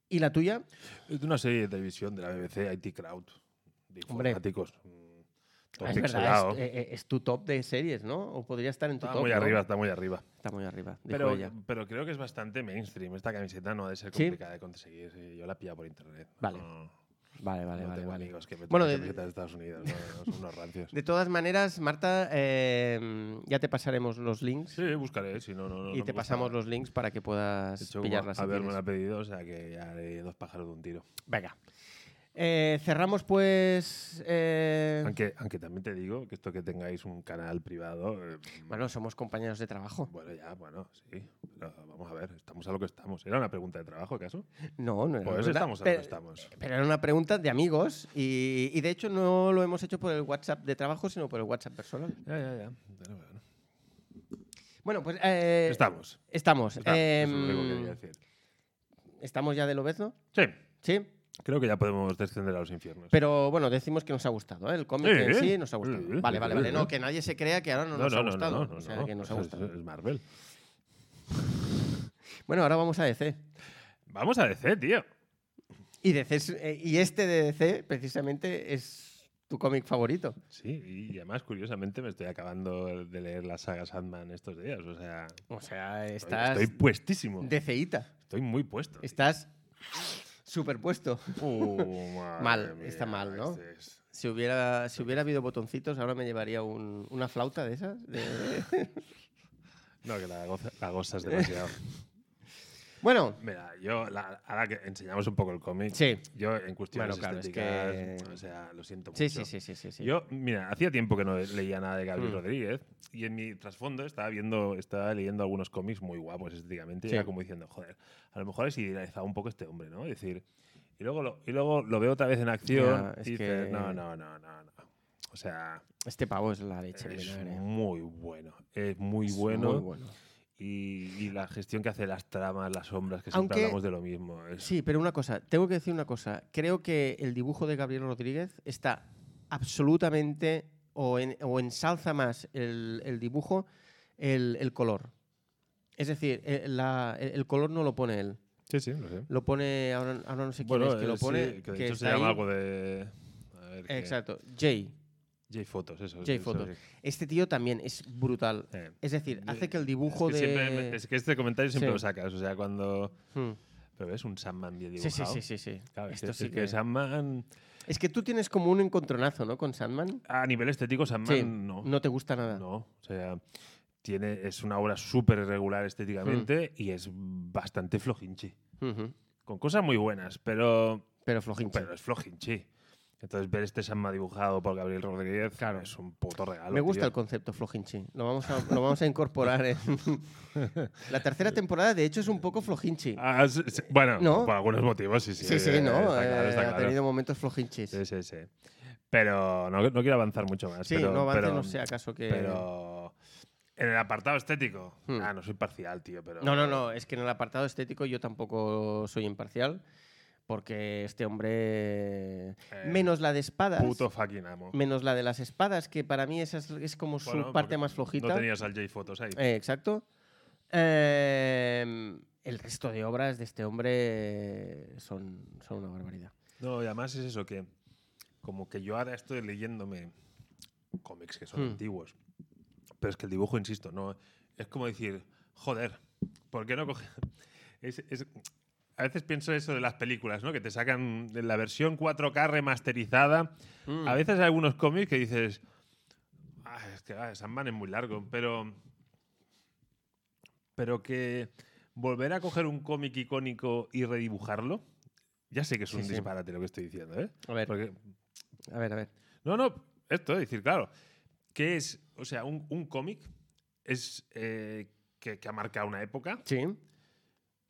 S2: ¿Y la tuya?
S1: es de una serie de televisión de la BBC, IT Crowd, de
S2: Hombre.
S1: informáticos. mm, todo
S2: es verdad,
S1: pixelado.
S2: es, eh, eh, es tu top de series, ¿no? O podría estar en tu
S1: está
S2: top.
S1: muy
S2: ¿no?
S1: arriba, está muy arriba.
S2: Está muy arriba, dijo
S1: Pero,
S2: ella.
S1: pero creo que es bastante mainstream. Esta camiseta no ha de ser
S2: ¿Sí?
S1: complicada de conseguir. sí, Yo la he pillado por internet.
S2: Vale.
S1: No,
S2: Vale, vale,
S1: no
S2: vale.
S1: tengo
S2: vale.
S1: amigos que me
S2: Bueno,
S1: bueno,
S2: de-
S1: camisetas de Estados Unidos. *laughs* no, no, son unos rancios.
S2: De todas maneras, Marta, eh, ya te pasaremos los links
S1: Sí, buscaré, si no, no. no
S2: y
S1: no
S2: te
S1: me
S2: pasamos
S1: gusta.
S2: los links para que
S1: De
S2: puedas
S1: hecho,
S2: pillarlas. si
S1: a ver, me
S2: quieres.
S1: la ha pedido, o sea que ya haré dos pájaros de un tiro.
S2: Venga. Eh, cerramos pues... eh,
S1: Aunque, aunque también te digo que esto que tengáis un canal privado. eh,
S2: Bueno, somos compañeros de trabajo.
S1: Bueno, ya, bueno, sí. Pero vamos a ver, estamos a lo que estamos. ¿Era una pregunta de trabajo, acaso?
S2: No, no era
S1: Pues
S2: verdad,
S1: estamos a lo
S2: pero-
S1: que estamos.
S2: Pero era una pregunta de amigos y, y de hecho no lo hemos hecho por el WhatsApp de trabajo, sino por el WhatsApp personal.
S1: Ya, ya, ya. Bueno, bueno.
S2: Eh, Bueno, pues... eh,
S1: estamos.
S2: Estamos.
S1: estamos,
S2: eh,
S1: Ah, eso es lo único que quería decir.
S2: estamos ya de Lobezno,
S1: Sí,
S2: ¿sí?
S1: creo que ya podemos descender a los infiernos.
S2: Pero bueno, decimos que nos ha gustado, ¿eh? El cómic
S1: Sí,
S2: en sí
S1: ¿eh?
S2: nos ha gustado.
S1: Sí,
S2: vale,
S1: sí,
S2: vale,
S1: sí,
S2: vale.
S1: sí.
S2: No, que nadie se crea que ahora no, nos ha gustado.
S1: No, no,
S2: o sea,
S1: no,
S2: que nos ha
S1: eso es-
S2: gustado.
S1: Es Marvel.
S2: Bueno, ahora vamos a DC.
S1: Vamos a DC, tío.
S2: Y, DC es- eh, y este de DC, precisamente, es tu cómic favorito.
S1: Sí, y además, curiosamente, me estoy acabando de leer la saga Sandman estos días. O sea,
S2: O sea,
S1: estoy-
S2: estás
S1: estoy puestísimo.
S2: DCita.
S1: Estoy muy puesto. tío.
S2: Estás superpuesto.
S1: Uh, madre
S2: Mal, está mal, ¿no?
S1: este es-
S2: Si hubiera, si hubiera habido botoncitos, ahora me llevaría un- una flauta de esas.
S1: *laughs*
S2: de-
S1: No, que la, goza- la gozas demasiado.
S2: Bueno,
S1: *laughs* Mira, yo, la- ahora que enseñamos un poco el cómic,
S2: sí.
S1: yo en cuestiones
S2: Bueno, claro, es
S1: estéticas,
S2: que-
S1: o sea, lo siento
S2: Sí,
S1: mucho.
S2: sí, sí, sí, sí, sí.
S1: Yo, mira, hacía tiempo que no leía nada de Gabriel
S2: Mm.
S1: Rodríguez y en mi trasfondo estaba viendo, estaba leyendo algunos cómics muy guapos estéticamente
S2: Sí.
S1: y era como diciendo, joder, a lo mejor es idealizado un poco este hombre, ¿no? Es decir, y luego lo, y luego lo veo otra vez en acción
S2: Ya, es
S1: y dices,
S2: que-
S1: no, no, no, no, no. O sea,
S2: Este pavo es la leche. en
S1: es
S2: vinagre.
S1: muy bueno, es muy
S2: ¿eh? Es
S1: bueno.
S2: Muy bueno.
S1: Y, y la gestión que hace las tramas, las sombras, que
S2: Aunque-
S1: siempre hablamos de lo mismo. es-
S2: Sí, pero una cosa, tengo que decir una cosa. Creo que el dibujo de Gabriel Rodríguez está absolutamente o, en- o ensalza más el, el dibujo el, el color. Es decir, eh, la- el, el color no lo pone él.
S1: sí, sí, lo sé.
S2: Lo pone, ahora, ahora no sé quién es que
S1: eh,
S2: lo
S1: sí,
S2: pone.
S1: que de hecho se
S2: está
S1: llama
S2: ahí.
S1: algo de. A ver, qué-
S2: Exacto, Jay.
S1: J Fotos, eso.
S2: J
S1: eso, eh.
S2: Fotos.
S1: sí.
S2: Este tío también es brutal.
S1: Eh,
S2: Es decir, hace que el
S1: es,
S2: dibujo
S1: que siempre
S2: de.
S1: me- es que este comentario siempre
S2: Sí.
S1: lo sacas. O sea, cuando.
S2: Hmm.
S1: Pero ves un Sandman bien
S2: Sí,
S1: dibujado.
S2: sí, sí, sí, sí.
S1: Claro,
S2: Esto
S1: es,
S2: sí
S1: es que... Sandman.
S2: Es que tú tienes como un encontronazo, ¿no? Con Sandman.
S1: A nivel estético, Sandman
S2: Sí,
S1: no.
S2: no te gusta nada.
S1: No, o sea. Tiene, es una obra súper irregular estéticamente
S2: Mm.
S1: y es bastante flojinchi.
S2: Ujú.
S1: Con cosas muy buenas, pero
S2: Pero flojín.
S1: Pero es flojinchi. Entonces, ver este Samba dibujado por Gabriel Rodríguez es un puto regalo.
S2: Me gusta
S1: tío.
S2: el concepto flojinchi. Lo vamos a, lo vamos a incorporar
S1: *laughs*
S2: en... La tercera temporada, de hecho, es un poco flojinchi.
S1: Ah, sí, sí. Bueno,
S2: ¿no?
S1: por algunos motivos, sí, sí.
S2: sí, sí,
S1: eh,
S2: ¿no?
S1: está claro,
S2: Eh,
S1: está
S2: Ha
S1: claro.
S2: tenido momentos flojinchis.
S1: Sí, sí, sí. Pero no, no quiero avanzar mucho más.
S2: sí,
S1: pero,
S2: no avance,
S1: pero-
S2: no sea acaso que...
S1: Pero. En el apartado estético.
S2: Hmm.
S1: Ah, no soy parcial, tío, pero.
S2: No, no, no. Es que en el apartado estético yo tampoco soy imparcial. Porque este hombre...
S1: Eh,
S2: menos la de espadas.
S1: Puto fucking amo.
S2: Menos la de las espadas, que para mí esa es, es como su
S1: Bueno,
S2: parte
S1: porque
S2: más flojita.
S1: No tenías al J Fotos ahí.
S2: Eh, exacto. Em, el resto de obras de este hombre son, son una barbaridad.
S1: No, y además es eso que como que yo ahora estoy leyéndome cómics que son
S2: Hmm.
S1: antiguos. Pero es que el dibujo, insisto, no es como decir, joder, ¿por qué no coge? *laughs* Es- es- a veces pienso eso de las películas, ¿no? Que te sacan de la versión 4K remasterizada.
S2: Hmm.
S1: A veces hay algunos cómics que dices, "Ah, es que ah, Sandman es muy largo, pero pero que volver a coger un cómic icónico y redibujarlo Ya sé que es
S2: Sí,
S1: un
S2: sí.
S1: disparate lo que estoy diciendo, ¿eh?
S2: A ver,
S1: Porque-
S2: a ver, a ver.
S1: no, no, esto, es decir, claro, que es, o sea, un, un cómic es eh, que, que ha marcado una época,
S2: Sí,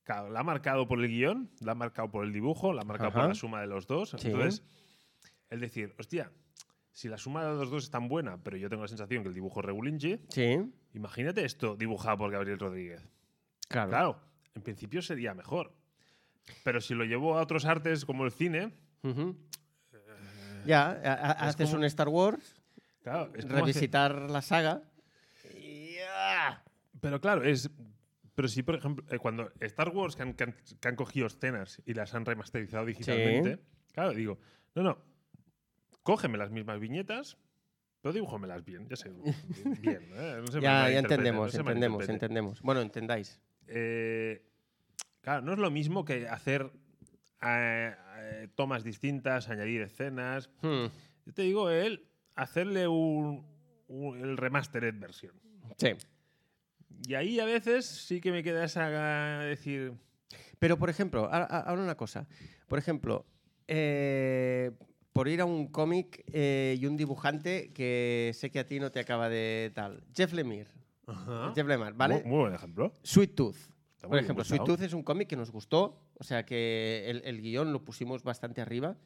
S1: Claro, la ha marcado por el guión, la ha marcado por el dibujo, la ha marcado por
S2: Ajá.
S1: la suma de los dos.
S2: Sí.
S1: Entonces, el decir, hostia, si la suma de los dos es tan buena, pero yo tengo la sensación que el dibujo es regulinchi,
S2: sí,
S1: imagínate esto dibujado por Gabriel Rodríguez.
S2: claro.
S1: Claro, en principio sería mejor. Pero si lo llevo a otros artes como el cine,
S2: Ujú. Ya, a- a-
S1: es
S2: haces
S1: como-
S2: un Star Wars,
S1: claro, es como hacer-
S2: revisitar la saga.
S1: Pero claro, es. Pero sí, por ejemplo, eh, cuando Star Wars que han, que han- que han cogido escenas y las han remasterizado digitalmente, claro, digo, no, no, cógeme las mismas viñetas, pero dibújamelas bien, ya sé, bien. ¿eh?
S2: *laughs*
S1: No se me
S2: ya, ya
S1: malinterprete,
S2: entendemos,
S1: no se
S2: entendemos,
S1: malinterprete.
S2: entendemos. Bueno, entendáis.
S1: Eh, claro, no es lo mismo que hacer eh, eh, tomas distintas, añadir escenas.
S2: Hmm,
S1: Yo te digo, él, hacerle un, un- el remastered versión.
S2: Sí.
S1: Y ahí a veces sí que me queda esa eh, decir,
S2: Pero, por ejemplo, a- a- ahora una cosa. Por ejemplo, eh, por ir a un cómic eh, y un dibujante que sé que a ti no te acaba de tal. Jeff Lemire.
S1: Ajá.
S2: Jeff Lemire, ¿vale?
S1: Muy, muy buen ejemplo.
S2: Sweet Tooth.
S1: Ah. Está muy
S2: Por
S1: bien
S2: ejemplo,
S1: buscado.
S2: Sweet Tooth es un cómic que nos gustó, o sea que el, el guión lo pusimos bastante arriba,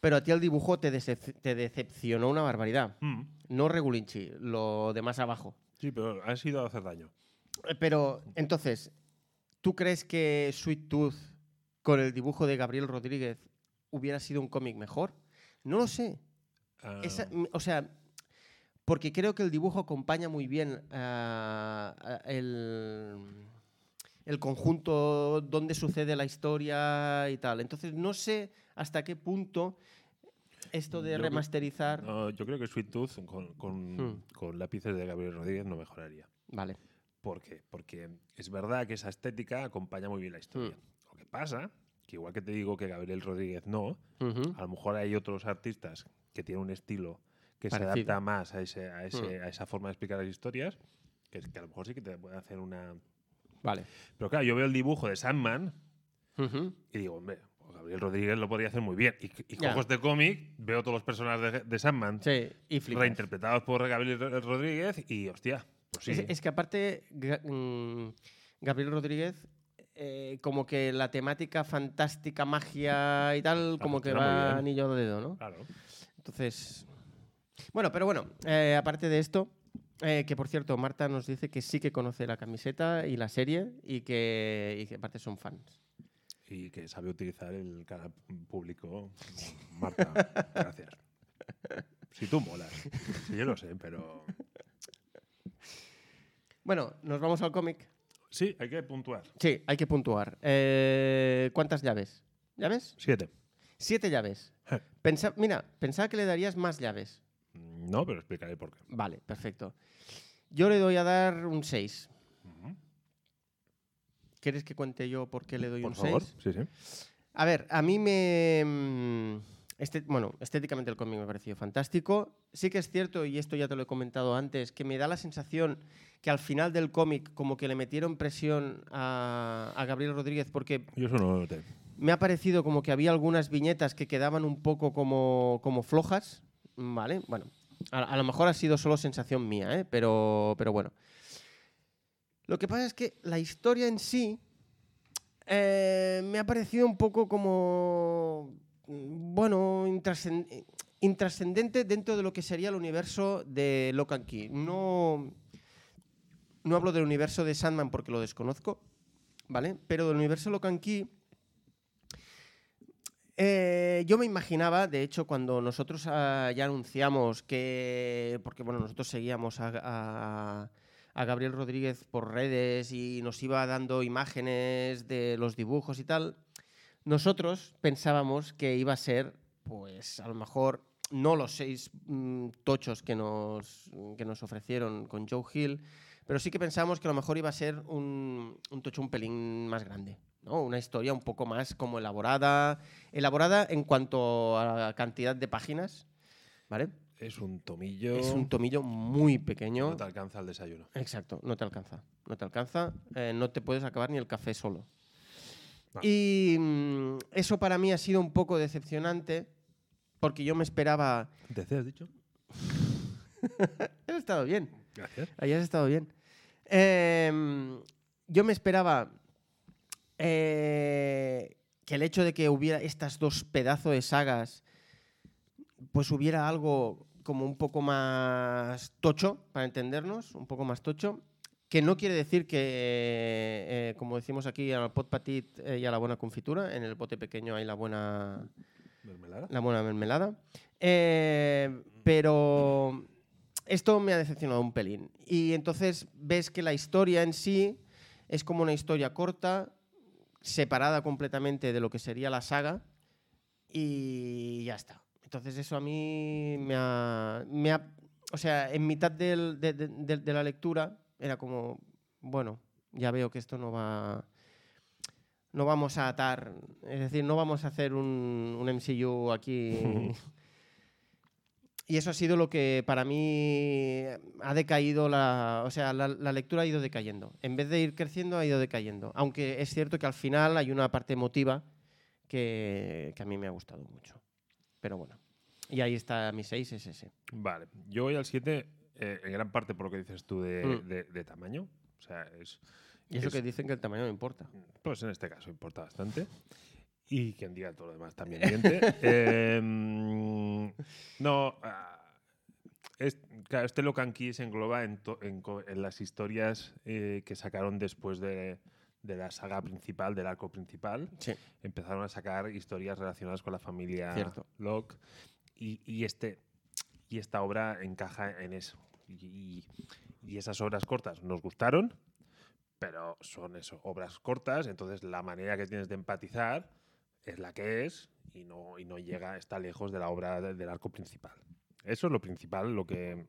S2: pero a ti el dibujo te, decep- te decepcionó una barbaridad.
S1: Mm.
S2: No Regulinchi, lo de más abajo.
S1: Sí, pero ha sido hacer daño.
S2: Eh, Pero entonces, ¿tú crees que Sweet Tooth con el dibujo de Gabriel Rodríguez hubiera sido un cómic mejor? No lo sé.
S1: Ah,
S2: Esa- m- o sea, porque creo que el dibujo acompaña muy bien ah, a- el, el conjunto donde sucede la historia y tal. Entonces, no sé hasta qué punto esto de
S1: Yo creo-
S2: remasterizar...
S1: no, yo creo que Sweet Tooth con, con-
S2: Hmm.
S1: con lápices de Gabriel Rodríguez no mejoraría.
S2: Vale.
S1: ¿Por qué? Porque es verdad que esa estética acompaña muy bien la historia.
S2: Hmm.
S1: Lo que pasa, que igual que te digo que Gabriel Rodríguez no,
S2: Ujú.
S1: a lo mejor hay otros artistas que tienen un estilo que
S2: Parecido. Hmm.
S1: se adapta más a, ese- a ese- a esa forma de explicar las historias, que, que a lo mejor sí que te pueden hacer una...
S2: Vale.
S1: Pero claro, yo veo el dibujo de Sandman
S2: Ujú.
S1: Y digo, hombre, pues Gabriel Rodríguez lo podría hacer muy bien. Y, y
S2: Ya.
S1: cojo este cómic, veo todos los personajes de, de Sandman
S2: Sí, y flipas.
S1: reinterpretados por Gabriel Ro- Rodríguez y, hostia, pues sí.
S2: Es, es que aparte, Ga- mm, Gabriel Rodríguez, eh, como que la temática fantástica, magia y tal,
S1: La
S2: como que
S1: funciona muy
S2: va
S1: bien.
S2: anillo de dedo, ¿no?
S1: Claro.
S2: Entonces. Bueno, pero bueno, eh, aparte de esto, eh, que por cierto, Marta nos dice que sí que conoce la camiseta y la serie y que, y que aparte son fans.
S1: Y que sabe utilizar el canal público.
S2: *laughs*
S1: Marta, gracias. Si tú molas. Si yo lo sé, pero.
S2: Bueno, nos vamos al cómic.
S1: Sí, hay que puntuar.
S2: Sí, hay que puntuar. Eh, ¿Cuántas llaves? ¿Llaves?
S1: Siete.
S2: Siete llaves. Pensa- mira, pensaba que le darías más llaves.
S1: Mm, No, pero explicaré por qué.
S2: Vale, perfecto. Yo le doy a dar un 6.
S1: Ujú.
S2: ¿Quieres que cuente yo por qué le doy
S1: Por
S2: un
S1: favor.
S2: 6?
S1: Sí, sí.
S2: A ver, a mí me. mm, este- bueno, estéticamente el cómic me ha parecido fantástico. Sí que es cierto, y esto ya te lo he comentado antes, que me da la sensación que al final del cómic, como que le metieron presión a, a Gabriel Rodríguez, porque
S1: Yo eso no lo noté.
S2: me ha parecido como que había algunas viñetas que quedaban un poco como, como flojas, ¿vale? Bueno, a, a lo mejor ha sido solo sensación mía, ¿eh? pero, pero bueno. Lo que pasa es que la historia en sí eh, me ha parecido un poco como, mm, bueno, intrascen- eh, intrascendente dentro de lo que sería el universo de Locan Key. No, no hablo del universo de Sandman porque lo desconozco, ¿vale? Pero del universo Locan Key... Eh, yo me imaginaba, de hecho, cuando nosotros ah, ya anunciamos que. Porque bueno, nosotros seguíamos a, a- a Gabriel Rodríguez por redes y nos iba dando imágenes de los dibujos y tal. Nosotros pensábamos que iba a ser, pues, a lo mejor. No los seis mm, tochos que nos, que nos ofrecieron con Joe Hill, pero sí que pensábamos que a lo mejor iba a ser un, un tocho un pelín más grande, ¿no? Una historia un poco más como elaborada, elaborada en cuanto a cantidad de páginas, ¿vale?
S1: Es un tomillo.
S2: Es un tomillo muy
S1: que
S2: pequeño.
S1: No te alcanza el desayuno.
S2: Exacto, no te alcanza. No te alcanza, eh, no te puedes acabar ni el café solo.
S1: Vale.
S2: Y mm, eso para mí ha sido un poco decepcionante porque yo me esperaba...
S1: ¿DC has dicho?
S2: Has estado bien,
S1: Gracias.
S2: ahí has estado bien. Em, yo me esperaba eh, que el hecho de que hubiera estas dos pedazos de sagas, pues hubiera algo como un poco más tocho, para entendernos, un poco más tocho, que no quiere decir que, eh, como decimos aquí, al pot petit eh, y a la buena confitura, en el bote pequeño hay la buena,
S1: ¿Mermelada?
S2: la buena mermelada. Eh, pero esto me ha decepcionado un pelín. Y entonces ves que la historia en sí es como una historia corta, separada completamente de lo que sería la saga, y ya está. Entonces eso a mí me ha... me ha- o sea, en mitad del- de, de- de- de la lectura era como, bueno, ya veo que esto no va... No vamos a atar, es decir, no vamos a hacer un, un
S1: *laughs*
S2: MCU aquí y eso ha sido lo que para mí ha decaído la. O sea, la, la lectura ha ido decayendo. En vez de ir creciendo, ha ido decayendo. Aunque es cierto que al final hay una parte emotiva que, que a mí me ha gustado mucho. Pero bueno. Y ahí está mi 6 SS.
S1: Vale. Yo voy al 7 eh, en gran parte por lo que dices tú de,
S2: Mm.
S1: de- de tamaño. O sea, es.
S2: Y eso
S1: es-
S2: que dicen que el tamaño no importa.
S1: Pues en este caso importa bastante. Y quien diga todo lo demás también *laughs* miente. Eh, mm, no. ah, es- claro, este Locan Key se engloba en, to- en co- en las historias eh, que sacaron después de, de la saga principal, del arco principal.
S2: Sí.
S1: Empezaron a sacar historias relacionadas con la familia
S2: Cierto.
S1: Locke. Y, y este, y esta obra encaja en eso. Y, y esas obras cortas nos gustaron, pero son eso, obras cortas, entonces la manera que tienes de empatizar es la que es y no, y no llega, está lejos de la obra de- del arco principal. Eso es lo principal, lo que...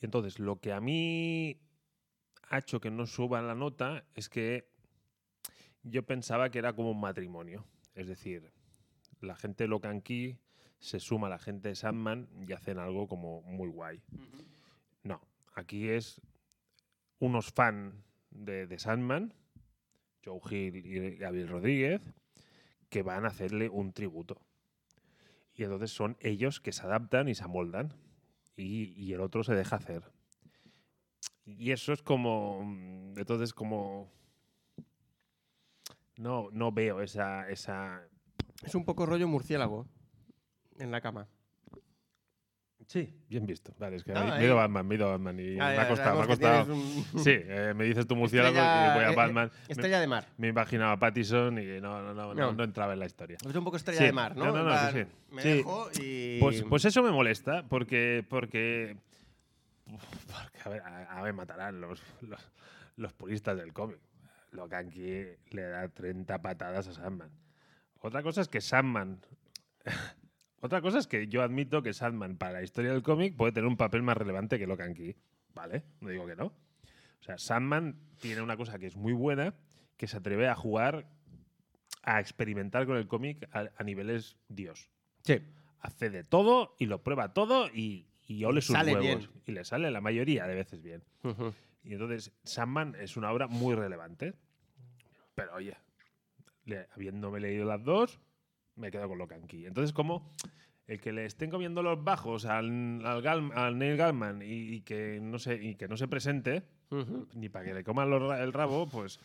S1: Y entonces, lo que a mí ha hecho que no suba la nota es que yo pensaba que era como un matrimonio. Es decir, la gente Locan Key se suma a la gente de Sandman y hacen algo como muy guay. No, aquí es unos fan de, de Sandman, Joe Hill y Gabriel Rodríguez, que van a hacerle un tributo. Y entonces son ellos que se adaptan y se amoldan. Y, y el otro se deja hacer. Y eso es como. mm, Entonces, como. No, no veo esa, esa.
S2: Es un poco rollo murciélago en la cama.
S1: Sí. Bien visto. Vale, es que me-
S2: Ah,
S1: me
S2: ahí. Ah,
S1: he ido a Batman, me he ido a Batman y me ha costado, me ha
S2: sabemos que
S1: costado.
S2: tienes un-
S1: Sí, eh, *laughs* me dices tu murciélago
S2: Estrella-
S1: y voy
S2: eh,
S1: a
S2: eh,
S1: Batman. Me-
S2: Estrella de mar.
S1: Me imaginaba a Pattison y no, no, no,
S2: No.
S1: no, no entraba en la historia.
S2: Es un poco estrella
S1: Sí.
S2: de mar, ¿no?
S1: No, no,
S2: En
S1: no,
S2: plan,
S1: sí, sí.
S2: Me
S1: Sí.
S2: dejo y.
S1: Pues, pues eso me molesta, porque. porque, porque, a ver, a- a ver, matarán los, los, los puristas del cómic. Lo que aquí le da 30 patadas a Sandman. Otra cosa es que Sandman. *laughs* Otra cosa es que yo admito que Sandman para la historia del cómic puede tener un papel más relevante que Locan Key. ¿Vale? No digo que no. O sea, Sandman tiene una cosa que es muy buena, que se atreve a jugar, a experimentar con el cómic a- a niveles Dios
S2: Sí.
S1: hace de todo y lo prueba todo y, y ole sus
S2: Sale
S1: huevos.
S2: bien.
S1: Y le sale la mayoría de veces bien. Y entonces, Sandman es una obra muy relevante. Pero oye, le- habiéndome leído las dos, me quedo con lo canqui. Entonces, como el que le estén comiendo los bajos al, al, Gal- al Neil Gaiman y, y que no se, y que no se presente,
S2: Ujú.
S1: ni para que le coman los ra- el rabo, pues,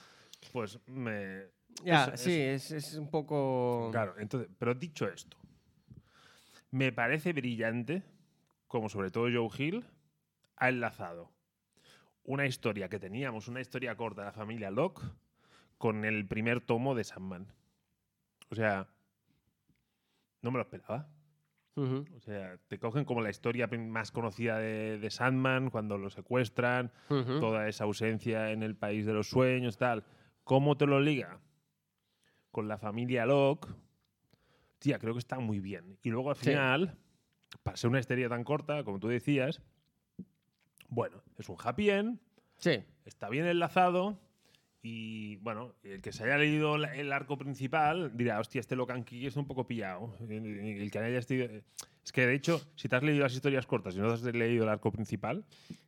S1: pues me,
S2: Ya,
S1: Eso-
S2: sí, es, es un poco.
S1: Claro, entonces, pero dicho esto, me parece brillante como sobre todo Joe Hill ha enlazado una historia que teníamos, una historia corta de la familia Locke, con el primer tomo de Sandman. O sea, no me lo esperaba.
S2: Ujú.
S1: O sea, te cogen como la historia prim- más conocida de, de Sandman, cuando lo secuestran,
S2: Ujú.
S1: toda esa ausencia en el país de los sueños, tal. ¿Cómo te lo liga? Con la familia Locke. Tía, creo que está muy bien. Y luego al
S2: Sí.
S1: final, para ser una historia tan corta, como tú decías, bueno, es un happy end,
S2: Sí,
S1: está bien enlazado Y bueno, el que se haya leído la- el arco principal dirá, hostia, este Locanqui es un poco pillado. El el que haya esti- Es que de hecho, si te has leído las historias cortas y no has leído el arco principal,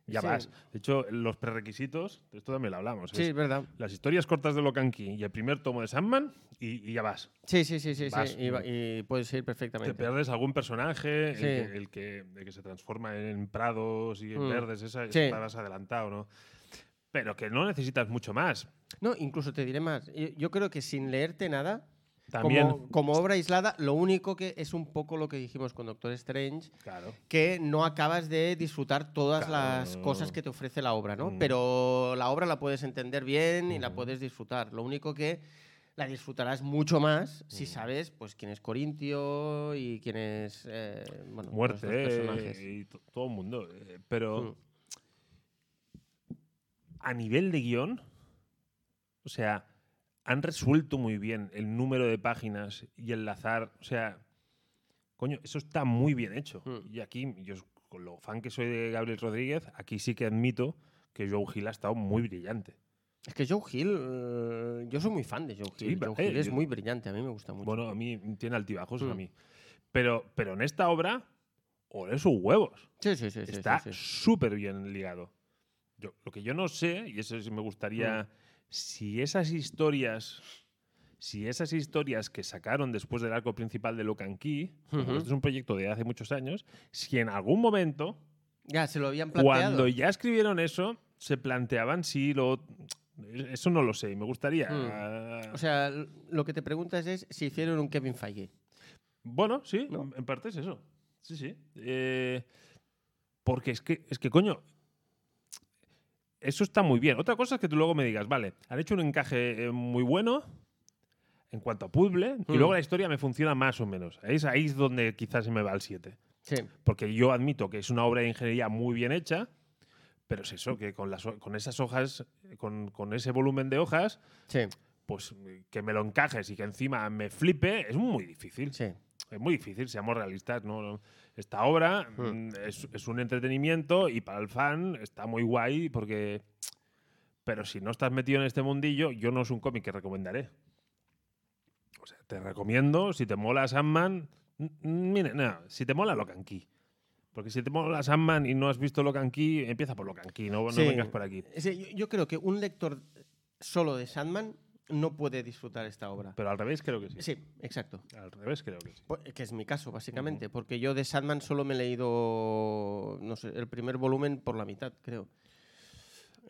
S1: ya
S2: Sí.
S1: vas. De hecho, los prerequisitos, de esto también lo hablamos.
S2: Sí,
S1: es
S2: es verdad.
S1: las historias cortas de Locanqui y el primer tomo de Sandman y, y ya vas.
S2: Sí, sí, sí, sí. sí,
S1: Vas-
S2: Y, va- y puedes ir
S1: Te
S2: perfectamente.
S1: pierdes algún personaje, el,
S2: Sí.
S1: que, el que- el que se transforma en prados y en
S2: Mm.
S1: verdes, esa,
S2: Sí.
S1: estarás adelantado, ¿no? Pero que no necesitas mucho más.
S2: No, incluso te diré más. Yo, yo creo que sin leerte nada,
S1: También,
S2: como, como obra aislada, lo único que es un poco lo que dijimos con Doctor Strange,
S1: claro.
S2: que no acabas de disfrutar todas
S1: Claro.
S2: las cosas que te ofrece la obra, ¿no?
S1: Mm.
S2: Pero la obra la puedes entender bien y la
S1: Ujú.
S2: puedes disfrutar. Lo único que la disfrutarás mucho más si
S1: Mm.
S2: sabes pues quién es Corintio y quién es eh, bueno, los
S1: muerte
S2: dos
S1: eh,
S2: personajes.
S1: y to- todo el mundo. eh, Pero
S2: Hmm.
S1: a nivel de guión, o sea, han resuelto muy bien el número de páginas y enlazar. O sea, coño, eso está muy bien hecho.
S2: Mm.
S1: Y aquí, yo s- con lo fan que soy de Gabriel Rodríguez, aquí sí que admito que Joe Hill ha estado muy brillante.
S2: Es que Joe Hill, eh, yo soy muy fan de Joe
S1: Sí,
S2: Hill.
S1: pero,
S2: Joe Hill
S1: eh,
S2: es
S1: yo-
S2: muy brillante, a mí me gusta mucho.
S1: Bueno, a mí tiene altibajos a
S2: Mm.
S1: mí. Pero, pero en esta obra, ole sus huevos.
S2: sí, sí, sí, sí, sí,
S1: está
S2: sí.
S1: súper bien ligado. Yo- lo que yo no sé, y eso sí me
S2: Mm.
S1: gustaría, si esas historias, si esas historias que sacaron después del arco principal de Locan Key, como
S2: Ujú.
S1: este es un proyecto de hace muchos años, si en algún momento,
S2: Ya se lo habían planteado.
S1: cuando ya escribieron eso, se planteaban si lo... Eso no lo sé, y me gustaría...
S2: O sea, l- lo que te preguntas es si hicieron un Kevin Feige.
S1: Bueno, sí,
S2: ¿No?
S1: en- en parte es eso. Sí, sí. Eh, porque es que, es que, coño, eso está muy bien. Otra cosa es que tú luego me digas, vale, han hecho un encaje eh, muy bueno en cuanto a puzzle, y
S2: Mm.
S1: luego la historia me funciona más o menos. Ahí es, ahí es donde quizás se me va el 7.
S2: Sí.
S1: Porque yo admito que es una obra de ingeniería muy bien hecha, pero es eso, que con, las, ho- con esas hojas, eh, con- con ese volumen de hojas,
S2: Sí,
S1: pues eh, que me lo encajes y que encima me flipe, es muy difícil.
S2: sí.
S1: Es muy difícil, seamos realistas, ¿no? No, Esta obra
S2: Hmm.
S1: mm, es, es un entretenimiento y para el fan está muy guay porque... Pero si no estás metido en este mundillo, yo no es un cómic que recomendaré. O sea, te recomiendo, si te mola Sandman... mm, mm, Mira, no, si te mola Locan Key. Porque si te mola Sandman y no has visto Locan Key, empieza por Locan Key, no, no
S2: Sí.
S1: vengas por aquí.
S2: Sí, yo, yo creo que un lector solo de Sandman no puede disfrutar esta obra.
S1: Pero al revés creo que sí.
S2: Sí, exacto.
S1: Al revés creo que sí.
S2: Po- Que es mi caso, básicamente, porque yo de Sandman solo me he leído, no sé, el primer volumen por la mitad, creo.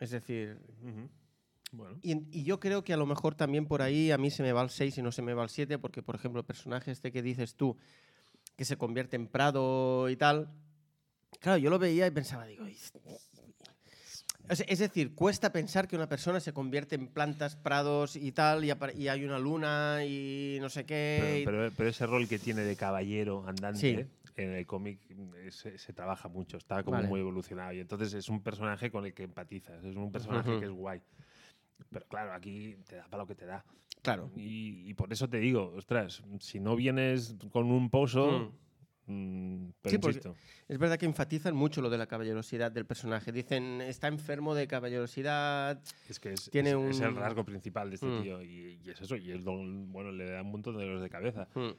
S2: Es decir,
S1: Ujú. Bueno.
S2: Y, en- y yo creo que a lo mejor también por ahí a mí se me va el 6 y no se me va el 7, porque por ejemplo el personaje este que dices tú, que se convierte en Prado y tal, claro, yo lo veía y pensaba, digo, "Is- o sea, es decir, cuesta pensar que una persona se convierte en plantas, prados y tal, y, apar- y hay una luna y no sé qué. Eh, y-
S1: Pero, pero- pero ese rol que tiene de caballero andante en el cómic eh, se, se trabaja mucho, está como
S2: Vale.
S1: muy evolucionado. Y entonces es un personaje con el que empatizas, es un personaje
S2: Ujú.
S1: que es guay. Pero claro, aquí te da para lo que te da.
S2: Claro.
S1: Y, y por eso te digo, ostras, si no vienes con un pozo. mm, pero
S2: Sí, porque-
S1: insisto.
S2: Es verdad que enfatizan mucho lo de la caballerosidad del personaje. Dicen, está enfermo de caballerosidad.
S1: Es que es,
S2: Tiene
S1: es- es el
S2: un-
S1: rasgo principal de este
S2: Mm.
S1: tío. Y, y es eso. Y es don- bueno, le da un montón de los de cabeza.
S2: Mm,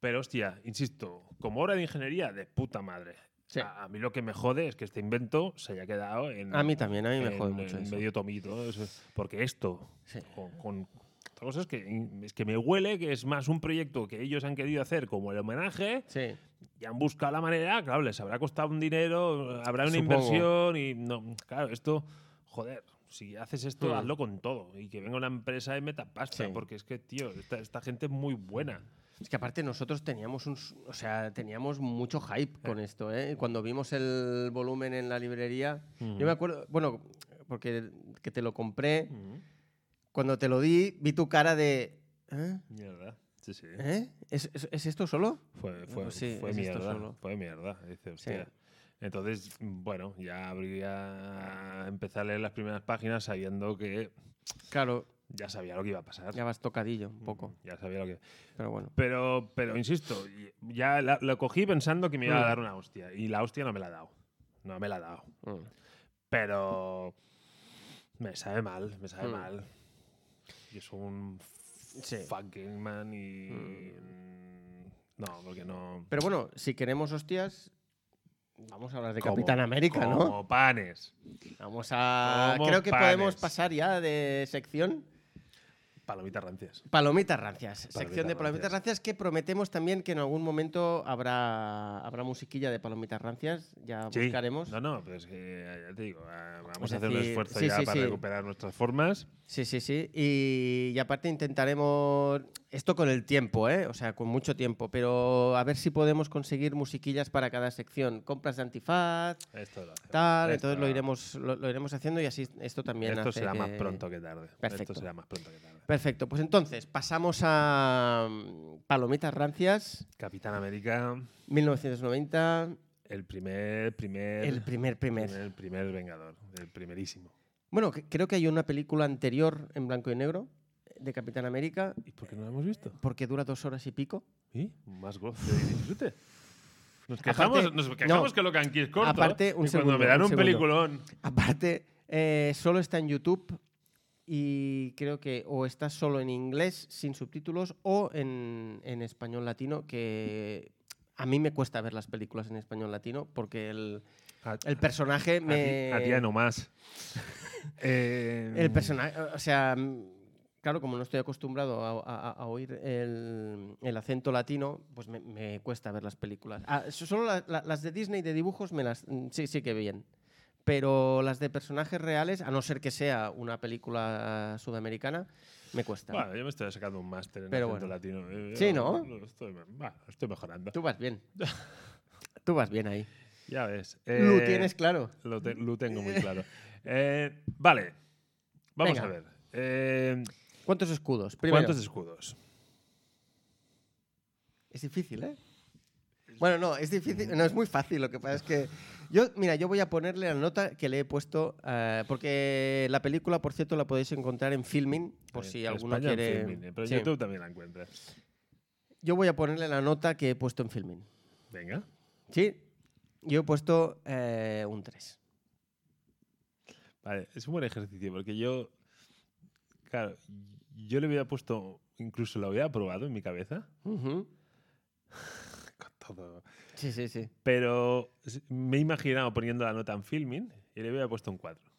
S1: Pero hostia, insisto, como obra de ingeniería, de puta madre.
S2: Sí.
S1: A, a mí lo que me jode es que este invento se haya quedado en.
S2: A mí también, a mí me
S1: en-
S2: jode mucho
S1: en
S2: eso.
S1: medio tomito. eso es- Porque esto,
S2: Sí.
S1: con. con- otra cosa es que, es que me huele que es más un proyecto que ellos han querido hacer como el homenaje
S2: Sí.
S1: y han buscado la manera, claro, les habrá costado un dinero, habrá una
S2: Supongo.
S1: inversión y no, claro, esto, joder, si haces esto,
S2: Mm.
S1: hazlo con todo y que venga una empresa y meta pasta,
S2: Sí.
S1: porque es que, tío, esta, esta gente es muy buena.
S2: Es que aparte nosotros teníamos un, s- o sea, teníamos mucho hype con esto, ¿eh? Cuando vimos el volumen en la librería, yo me acuerdo, bueno, porque que te lo compré,
S1: Ujú.
S2: cuando te lo di, vi tu cara de ¿eh?
S1: Mierda. Sí, sí.
S2: ¿Eh? ¿Es, es- es esto solo?
S1: Fue, fue,
S2: Pues sí,
S1: fue
S2: es esto
S1: mierda.
S2: solo.
S1: Fue mierda. Dice,
S2: Sí.
S1: hostia. Entonces, bueno, ya habría empezar a leer las primeras páginas sabiendo que
S2: Claro, Mm.
S1: ya sabía lo que iba a pasar.
S2: ya vas tocadillo un poco,
S1: Ya sabía lo que.
S2: pero bueno.
S1: Pero, pero insisto, y- ya la- lo cogí pensando que me iba a
S2: Mm.
S1: dar una hostia. Y la hostia no me la ha dado. No me la ha dado.
S2: mm.
S1: Pero. Me sabe mal, me sabe
S2: Mm.
S1: mal. Yo soy un
S2: Sí. Mm.
S1: fucking man y. No, porque no.
S2: Pero bueno, si queremos hostias, vamos a hablar de
S1: Como-
S2: Capitán América, ¿no?
S1: Como panes.
S2: Vamos a.
S1: como
S2: Creo que podemos
S1: panes.
S2: pasar ya de sección.
S1: Palomitas rancias.
S2: Palomitas rancias. sección de
S1: Palomitas
S2: palomitas
S1: rancias.
S2: rancias que prometemos también que en algún momento habrá, habrá musiquilla de palomitas rancias. Ya
S1: Sí.
S2: buscaremos.
S1: No, no, pero es que ya te digo, ah, vamos
S2: Es
S1: a hacer un
S2: decir,
S1: esfuerzo
S2: sí,
S1: ya
S2: sí,
S1: para
S2: sí.
S1: recuperar nuestras formas.
S2: Sí, sí, sí. Y, y aparte intentaremos esto con el tiempo, ¿eh? O sea, con mucho tiempo. Pero a ver si podemos conseguir musiquillas para cada sección. Compras de antifaz,
S1: Esto lo hacemos.
S2: tal.
S1: Esto-
S2: Entonces lo iremos, lo, lo iremos haciendo y así esto también
S1: Esto
S2: hace
S1: será más
S2: que-
S1: pronto que tarde.
S2: Perfecto.
S1: Esto será más pronto que tarde.
S2: Perfecto. Pues entonces, pasamos a mm, Palomitas Rancias,
S1: Capitán América,
S2: 1990,
S1: el primer, primer.
S2: el primer primer.
S1: primer, primer Vengador. El primerísimo.
S2: Bueno, que- creo que hay una película anterior en blanco y negro eh, de Capitán América
S1: ¿Y por qué no lo hemos visto?
S2: porque dura dos horas y pico. *laughs*
S1: ¿Y? Más goce y disfrute. Nos
S2: Aparte-
S1: quejamos, nos quejamos
S2: no.
S1: que lo canqui es corto.
S2: Aparte, un
S1: y
S2: segundo,
S1: cuando me dan
S2: un
S1: un
S2: segundo.
S1: peliculón.
S2: Aparte, eh, solo está en YouTube y creo que o está solo en inglés sin subtítulos o en, en español latino, que a mí me cuesta ver las películas en español latino porque el,
S1: A,
S2: el personaje me...
S1: a ti- a ti ya no más. Eh,
S2: *laughs* El personaje, o sea, mm, claro, como no estoy acostumbrado a, a- a- a oír el, el acento latino, pues me, me cuesta ver las películas. Ah, so- solo la- la- las de Disney de dibujos me las mm, sí sí que bien, pero las de personajes reales, a no ser que sea una película sudamericana, me cuesta.
S1: Bueno, yo me estoy sacando un máster en
S2: Pero
S1: acento
S2: bueno.
S1: latino. Eh,
S2: Sí,
S1: yo
S2: ¿no?
S1: lo Estoy, va, estoy mejorando.
S2: Tú vas
S1: *laughs*
S2: bien. Tú vas bien ahí.
S1: Ya ves.
S2: Lo
S1: Eh,
S2: tienes claro.
S1: Lo, te- lo tengo
S2: *laughs*
S1: muy claro. Eh, vale. Vamos
S2: Venga.
S1: a ver. Eh,
S2: ¿Cuántos escudos? Primero.
S1: ¿Cuántos escudos?
S2: Es difícil, ¿eh? Bueno, no, es difícil, no es muy fácil. Lo que pasa es que yo, mira, yo voy a ponerle la nota que le he puesto, eh, porque la película, por cierto, la podéis encontrar en Filmin, por
S1: Eh,
S2: si
S1: en
S2: alguno
S1: España en
S2: quiere.
S1: Filmin, eh, pero en
S2: Sí.
S1: YouTube también la encuentras.
S2: Yo voy a ponerle la nota que he puesto en Filmin.
S1: Venga.
S2: Sí, yo he puesto eh, un 3.
S1: Vale, es un buen ejercicio porque yo, claro, yo le había puesto, incluso lo había aprobado en mi cabeza, con todo.
S2: Sí, sí, sí.
S1: Pero s- me he imaginado poniendo la nota en filming y le había puesto un 4.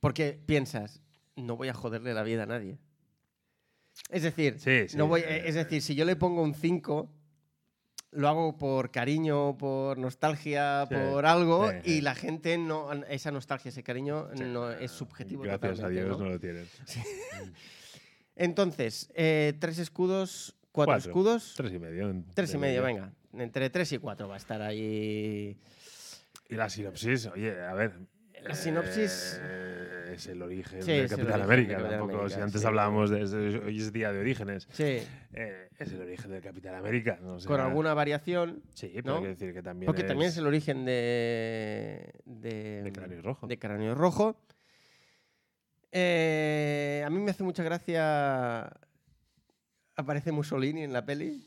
S2: Porque piensas, no voy a joderle la vida a nadie. Es decir,
S1: Sí, sí,
S2: no voy,
S1: eh,
S2: es decir, si yo le pongo un 5, lo hago por cariño, por nostalgia,
S1: Sí,
S2: por algo,
S1: sí,
S2: y
S1: sí.
S2: la gente no. Esa nostalgia, ese cariño
S1: Sí.
S2: no es subjetivo.
S1: Gracias a
S2: totalmente,
S1: Dios
S2: ¿no?
S1: no, lo tienes.
S2: Entonces, eh, tres escudos, cuatro,
S1: Cuatro.
S2: escudos. Tres,
S1: Tres y medio. en-
S2: y
S1: de
S2: medio, venga. Entre tres y cuatro va a estar ahí.
S1: Y la sinopsis, oye, a ver.
S2: La sinopsis-
S1: eh, es el origen
S2: Sí,
S1: de
S2: es el
S1: Capitán
S2: origen de
S1: América.
S2: Capitán
S1: tampoco,
S2: América,
S1: si antes
S2: sí.
S1: hablábamos de. ese- Hoy es día de orígenes.
S2: Sí,
S1: Eh, es el origen del Capitán América. no sé,
S2: con
S1: nada.
S2: alguna variación.
S1: Sí, pero
S2: ¿no?
S1: hay que decir que también.
S2: Porque también es
S1: es
S2: el origen de. De,
S1: De Cráneo Rojo.
S2: de Cráneo Rojo. Eh, a mí me hace mucha gracia. Aparece Mussolini en la peli.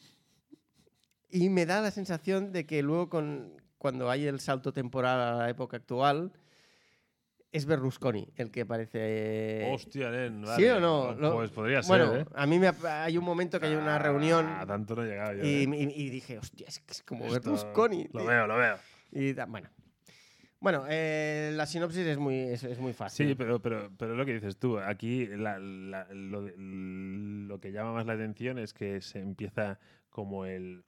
S2: Y me da la sensación de que luego, con, cuando hay el salto temporal a la época actual, es Berlusconi el que aparece.
S1: Hostia, Nen,
S2: ¿Sí
S1: vale.
S2: o no? Lo-
S1: Pues podría
S2: bueno,
S1: ser. ¿eh?
S2: a mí me ap- hay un momento que hay una
S1: Ah,
S2: reunión.
S1: A tanto no he llegado yo.
S2: Y,
S1: ¿eh?
S2: y- y dije, hostia, es que es como
S1: Esto-
S2: Berlusconi.
S1: Lo
S2: tío".
S1: veo, lo veo.
S2: Y da- bueno. Bueno, eh, la sinopsis es muy, es, es muy fácil.
S1: Sí, pero, pero, pero es lo que dices tú. Aquí la- la- lo, de- lo que llama más la atención es que se empieza como el.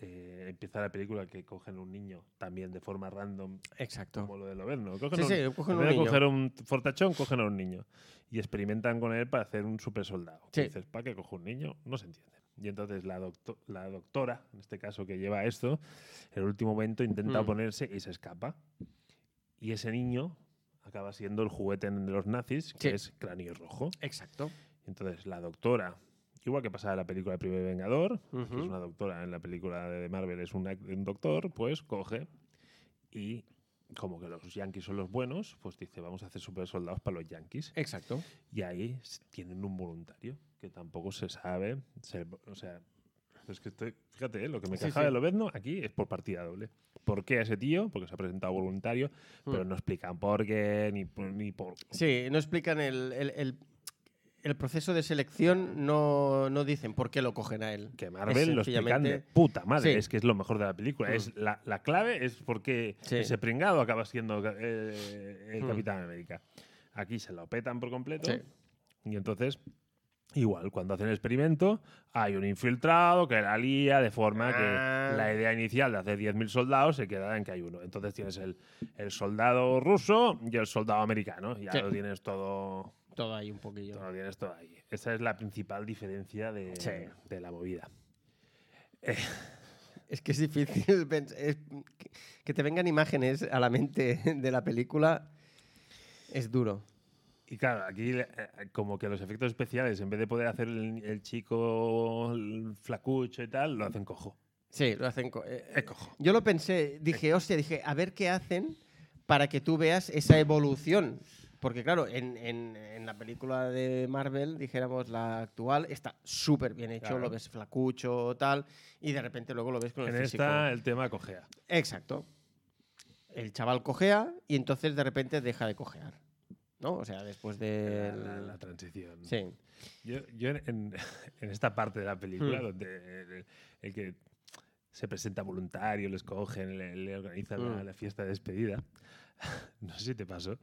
S1: eh, empieza la película que cogen un niño también de forma random,
S2: Exacto.
S1: como lo del Overno. Cogen
S2: Sí,
S1: un-
S2: sí,
S1: en
S2: cogen un
S1: vez de
S2: niño.
S1: coger un fortachón, cogen a un niño y experimentan con él para hacer un super soldado.
S2: Sí.
S1: Dices, ¿para qué cojo un niño? No se entiende. Y entonces la, docto- la doctora, en este caso que lleva esto, en el último momento intenta
S2: Mm.
S1: oponerse y se escapa. Y ese niño acaba siendo el juguete de los nazis, que
S2: Sí.
S1: es cráneo rojo.
S2: Exacto.
S1: Entonces la doctora, igual que pasaba en la película El primer Vengador, que
S2: Ujú.
S1: es una doctora en la película de Marvel, es un, ac- un doctor, pues coge y como que los yankees son los buenos, pues dice, vamos a hacer super soldados para los yankees.
S2: Exacto.
S1: Y ahí s- tienen un voluntario que tampoco se sabe. se- o sea, es que estoy, fíjate, eh, lo que me
S2: Sí,
S1: quejaba
S2: sí.
S1: de Lobezno aquí es por partida doble. por qué a ese tío, porque se ha presentado voluntario,
S2: Hmm.
S1: pero no explican por qué, ni, por- ni por...
S2: Sí, no explican el, el- el- el proceso de selección, no, no dicen por qué lo cogen a él.
S1: Que
S2: Es
S1: Marvel lo explican ¿eh? de
S2: sencillamente-
S1: puta madre,
S2: Sí.
S1: es que es lo mejor de la película.
S2: Mm.
S1: Es la, la clave es porque
S2: Sí.
S1: ese pringado acaba siendo eh, el
S2: Mm.
S1: Capitán América. Aquí se lo petan por completo.
S2: Sí.
S1: Y entonces, igual, cuando hacen el experimento, hay un infiltrado que la lía de forma
S2: Ah.
S1: que la idea inicial de hacer 10.000 soldados se queda en que hay uno. Entonces tienes el, el soldado ruso y el soldado americano. Ya
S2: Sí.
S1: lo tienes todo
S2: Todo ahí un poquillo.
S1: no, tienes todo ahí. Esa es la principal diferencia de,
S2: Sí.
S1: de la movida.
S2: Es que es difícil *laughs* pens- es- que- que te vengan imágenes a la mente de la película es duro.
S1: Y claro, aquí eh, como que los efectos especiales, en vez de poder hacer el, el chico el flacucho y tal, lo hacen cojo.
S2: Sí, lo hacen. co- eh,
S1: Es cojo.
S2: Yo lo pensé, dije, hostia, dije, a ver qué hacen para que tú veas esa evolución. Porque claro, en, en- en la película de Marvel, dijéramos la actual, está súper bien hecho,
S1: Claro.
S2: lo ves flacucho, tal, y de repente luego lo ves con el
S1: En
S2: físico.
S1: esta el tema cojea.
S2: Exacto. El chaval cojea y entonces de repente deja de cojear. ¿No? O sea, después de...
S1: La, la- la transición.
S2: Sí.
S1: Yo, yo en, en- *laughs* en esta parte de la película,
S2: Hmm.
S1: donde el, el que se presenta voluntario, les cogen, le, le organizan la,
S2: Hmm.
S1: la fiesta de despedida, *laughs* no sé si te pasó,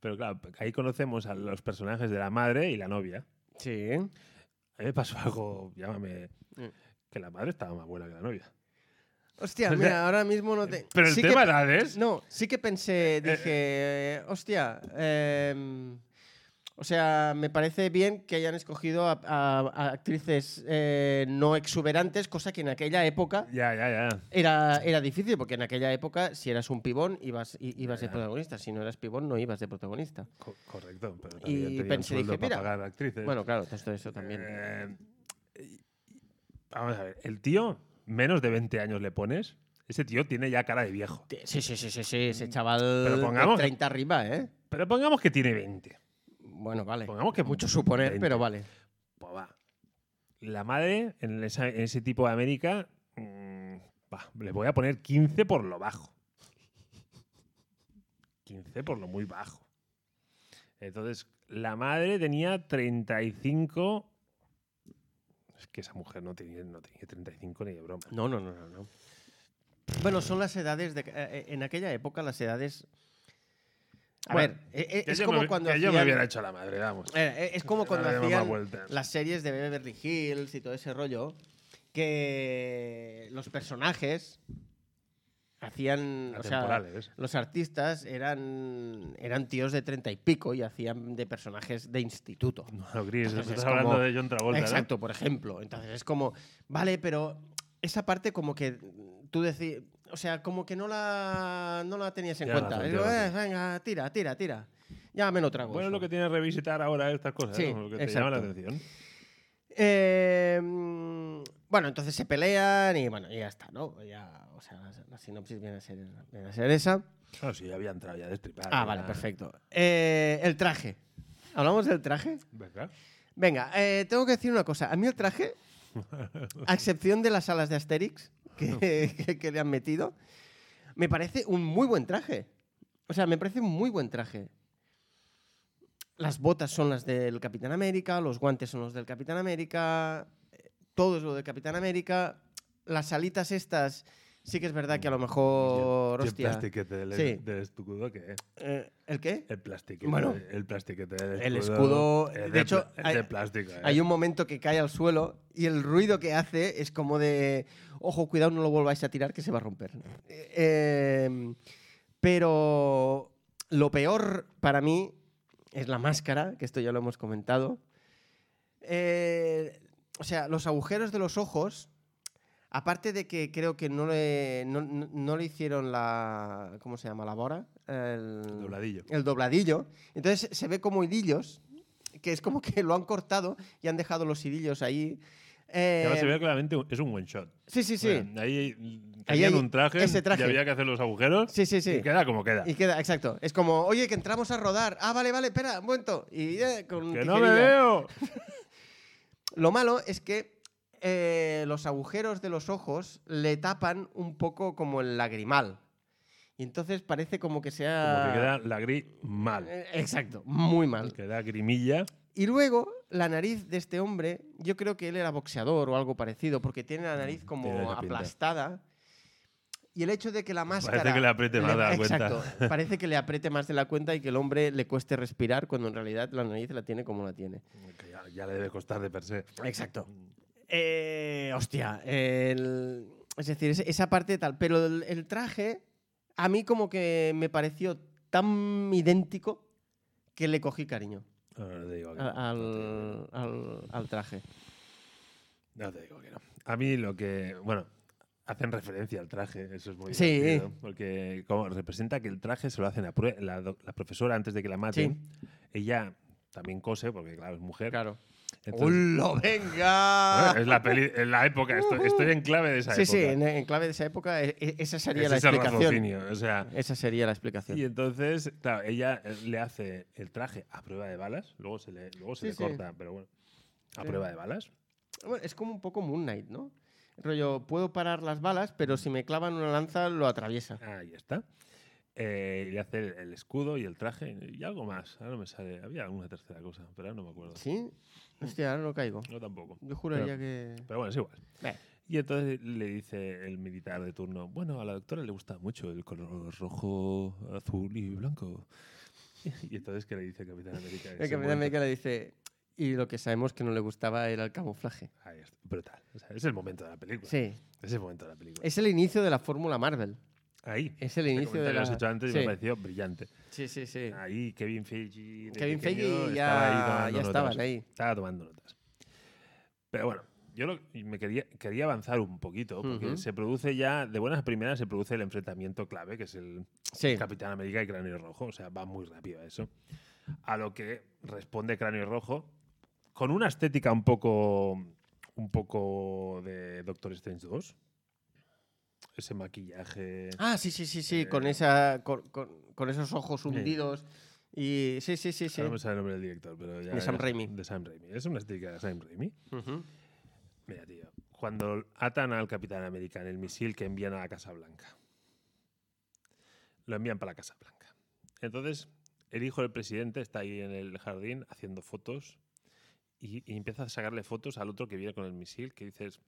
S1: pero claro, ahí conocemos a los personajes de la madre y la novia.
S2: Sí.
S1: A mí me pasó *laughs* algo, llámame,
S2: Mm.
S1: que la madre estaba más buena que la novia. *laughs*
S2: Hostia,
S1: O sea,
S2: mira, ahora mismo no te...
S1: Pero el
S2: Sí que-
S1: tema era es... Eh,
S2: No, sí que pensé, dije, hostia, em, o sea, me parece bien que hayan escogido a, a- a actrices eh, no exuberantes, cosa que en aquella época
S1: Ya, ya, ya.
S2: era, era difícil, porque en aquella época si eras un pibón ibas, i- ibas de
S1: Ya.
S2: protagonista, si no eras pibón no ibas de protagonista.
S1: Co- correcto. Pero
S2: Y
S1: también tenía un
S2: pensé,
S1: sueldo
S2: dije,
S1: para
S2: mira,
S1: pagar actrices.
S2: Bueno, claro, todo eso también.
S1: Eh, y- vamos a ver, el tío, menos de 20 años le pones, ese tío tiene ya cara de viejo.
S2: Sí, sí, sí, sí, sí, ese chaval
S1: Mm. Pero
S2: de
S1: pongamos-
S2: 30 arriba, ¿eh?
S1: Pero pongamos que tiene 20.
S2: Bueno, vale.
S1: Pongamos que
S2: Mucho suponer,
S1: 20.
S2: pero vale.
S1: Pues va. La madre, en, esa- en ese tipo de América, mm, va, le voy a poner 15 por lo bajo. 15 por lo muy bajo. Entonces, la madre tenía 35. Es que esa mujer no tenía, no tenía 35 ni de broma.
S2: No, no, no, no, no. Bueno, son las edades de, eh, eh, en aquella época las edades. A
S1: Bueno,
S2: ver, eh, eh,
S1: Que
S2: es
S1: yo
S2: como
S1: me,
S2: cuando
S1: que yo me
S2: hacían-
S1: hubiera hecho la madre, vamos.
S2: Eh, eh, es
S1: *laughs*
S2: como cuando
S1: Darle más
S2: hacían
S1: vueltas.
S2: las series de Beverly Hills y todo ese rollo que los personajes hacían, o sea,
S1: Atemporales.
S2: los artistas eran eran tíos de treinta y pico y hacían de personajes de instituto.
S1: No, no,
S2: *laughs*
S1: Chris,
S2: Entonces
S1: estás
S2: es
S1: hablando
S2: como-
S1: de John Travolta. ¿no?
S2: Exacto, por ejemplo. Entonces es como, vale, pero esa parte como que tú decís, o sea, como que no la, no la tenías en
S1: Tienes
S2: cuenta.
S1: razón,
S2: Es como,
S1: tienes
S2: "Eh, venga, tira, tira, tira. Ya me lo trago.
S1: Bueno, es
S2: eso".
S1: lo que tiene revisitar ahora estas cosas,
S2: Sí,
S1: ¿no? lo que te llama la
S2: exacto.
S1: atención.
S2: Eh, mm, bueno, entonces se pelean y bueno, y ya está, ¿no? Ya, o sea, la, la sinopsis viene a ser, viene a ser esa.
S1: Ah, sí, había entrado ya destripada.
S2: Ah, vale, perfecto. Eh, el traje. ¿Hablamos del traje?
S1: ¿Verdad?
S2: Venga, eh, tengo que decir una cosa. A mí el traje, a excepción de las alas de Asterix que, que- que le han metido, me parece un muy buen traje. O sea, me parece un muy buen traje. Las botas son las del Capitán América, los guantes son los del Capitán América, eh, todo es lo del Capitán América. Las alitas estas, sí que es verdad que a lo mejor,
S1: el
S2: hostia,
S1: plastiquete del,
S2: Sí.
S1: del escudo que es.
S2: eh, ¿El qué?
S1: El plastiquete.
S2: Bueno.
S1: el plastiquete del
S2: El escudo,
S1: es
S2: de
S1: pla-
S2: hecho,
S1: es
S2: hay-
S1: de plástico. ¿eh?
S2: Hay un momento que cae al suelo y el ruido que hace es como de, ojo, cuidado, no lo volváis a tirar que se va a romper. Eh, eh, pero lo peor para mí es la máscara, que esto ya lo hemos comentado. Eh, o sea, los agujeros de los ojos, aparte de que creo que no le, no, no- no le hicieron la, ¿cómo se llama? La bora. El
S1: dobladillo.
S2: el dobladillo. Entonces se ve como hilillos, que es como que lo han cortado y han dejado los hilillos ahí. Eh,
S1: Además, se ve claramente, un- es un one shot.
S2: sí, sí, sí.
S1: Bueno, ahí tenían
S2: hay
S1: un traje,
S2: ese traje.
S1: y había que hacer los agujeros.
S2: Sí, sí, sí.
S1: Y queda como queda.
S2: Y queda, exacto. Es como, oye, que entramos a rodar. Ah, vale, vale, espera, un momento. Y eh, con
S1: ¡Que no me
S2: tijerilla.
S1: veo!
S2: Lo malo es que eh, los agujeros de los ojos le tapan un poco como el lagrimal. Y entonces parece como que sea...
S1: Como que queda la gris mal.
S2: Ah. Eh, Exacto, muy mal.
S1: Queda grimilla.
S2: Y luego, la nariz de este hombre, yo creo que él era boxeador o algo parecido, porque tiene la nariz
S1: Mm, tiene
S2: como
S1: esa pinta.
S2: aplastada. Y el hecho de que la máscara.
S1: que le apriete más de la cuenta. *laughs*
S2: Exacto. Parece que le apriete más de la cuenta y que el hombre le cueste respirar cuando en realidad la nariz la tiene como la tiene.
S1: Que ya, ya le debe costar de per se.
S2: Exacto. Eh, hostia. el- es decir, es- esa parte tal. Pero el, el traje, a mí como que me pareció tan idéntico que le cogí cariño
S1: Ahora te Ah, digo que no,
S2: a-
S1: no te digo que no.
S2: al- al- al traje.
S1: No te digo que no. A mí lo que. Bueno, hacen referencia al traje, eso es muy
S2: Sí.
S1: divertido, Porque como representa que el traje se lo hacen a prue- la, doc- la profesora antes de que la maten. Ella también cose, porque claro, es mujer.
S2: Claro.
S1: Entonces,
S2: ¡Hola, venga!
S1: bueno, es la, peli- es la época, esto- estoy, en clave de esa
S2: sí, sí,
S1: época.
S2: en, en clave de esa época, e- e- esa sería
S1: Es
S2: la
S1: ese
S2: explicación.
S1: raciocinio, O sea,
S2: Esa sería la
S1: y
S2: explicación.
S1: entonces, claro, ella eh, le hace el traje a prueba de balas, luego se le, luego se
S2: Sí,
S1: le
S2: sí.
S1: corta, pero bueno, a
S2: Sí.
S1: prueba de balas.
S2: Bueno, es como un poco Moon Knight, ¿no? Rollo, puedo parar las balas, pero si me clavan una lanza, lo atraviesa.
S1: Ahí está. Eh, y le hace el, el escudo y el traje y algo más. Ahora no me sale. Había alguna tercera cosa, pero ahora no me acuerdo.
S2: ¿Sí? Hostia, ahora no caigo.
S1: No tampoco.
S2: Yo juraría que...
S1: Pero bueno, es igual.
S2: Bueno.
S1: Y entonces le dice el militar de turno, bueno, a la doctora le gusta mucho el color rojo, azul y blanco. *laughs* Y entonces, ¿qué le dice el Capitán América? en ese
S2: El Capitán
S1: momento?
S2: América le dice... Y lo que sabemos que no le gustaba era el camuflaje.
S1: Ahí está. Brutal. O sea, es el momento de la película.
S2: Sí.
S1: Es el momento de la película.
S2: Es el inicio de la fórmula Marvel.
S1: Ahí.
S2: Es el
S1: Este
S2: inicio
S1: comentario
S2: de la...
S1: Lo has hecho antes y
S2: sí.
S1: me pareció brillante.
S2: sí, sí, sí.
S1: Ahí Kevin Feige. de
S2: Kevin Feige
S1: pequeño estaba
S2: ya-
S1: ahí tomando
S2: ya estaban
S1: notas.
S2: ahí.
S1: Estaba tomando notas. Pero bueno, yo lo- me quería, quería avanzar un poquito porque
S2: Ujú.
S1: se produce ya, de buenas a primeras, se produce el enfrentamiento clave, que es el
S2: Sí.
S1: Capitán América y Cráneo Rojo. O sea, va muy rápido eso. A lo que responde Cráneo Rojo con una estética un poco, un poco de Doctor Strange 2. Ese maquillaje.
S2: Ah, sí, sí, sí, sí, con,
S1: Eh,
S2: esa, con, con- con esos ojos hundidos. Y sí, sí, sí, sí.
S1: Ahora No me sale el nombre del director, pero ya.
S2: De Sam
S1: ya-
S2: Raimi.
S1: De Sam Raimi. Es una estética de Sam Raimi.
S2: Ujú.
S1: Mira, tío. Cuando atan al Capitán América en el misil que envían a la Casa Blanca. Lo envían para la Casa Blanca. Entonces, el hijo del presidente está ahí en el jardín haciendo fotos y, y empieza a sacarle fotos al otro que viene con el misil, que dices,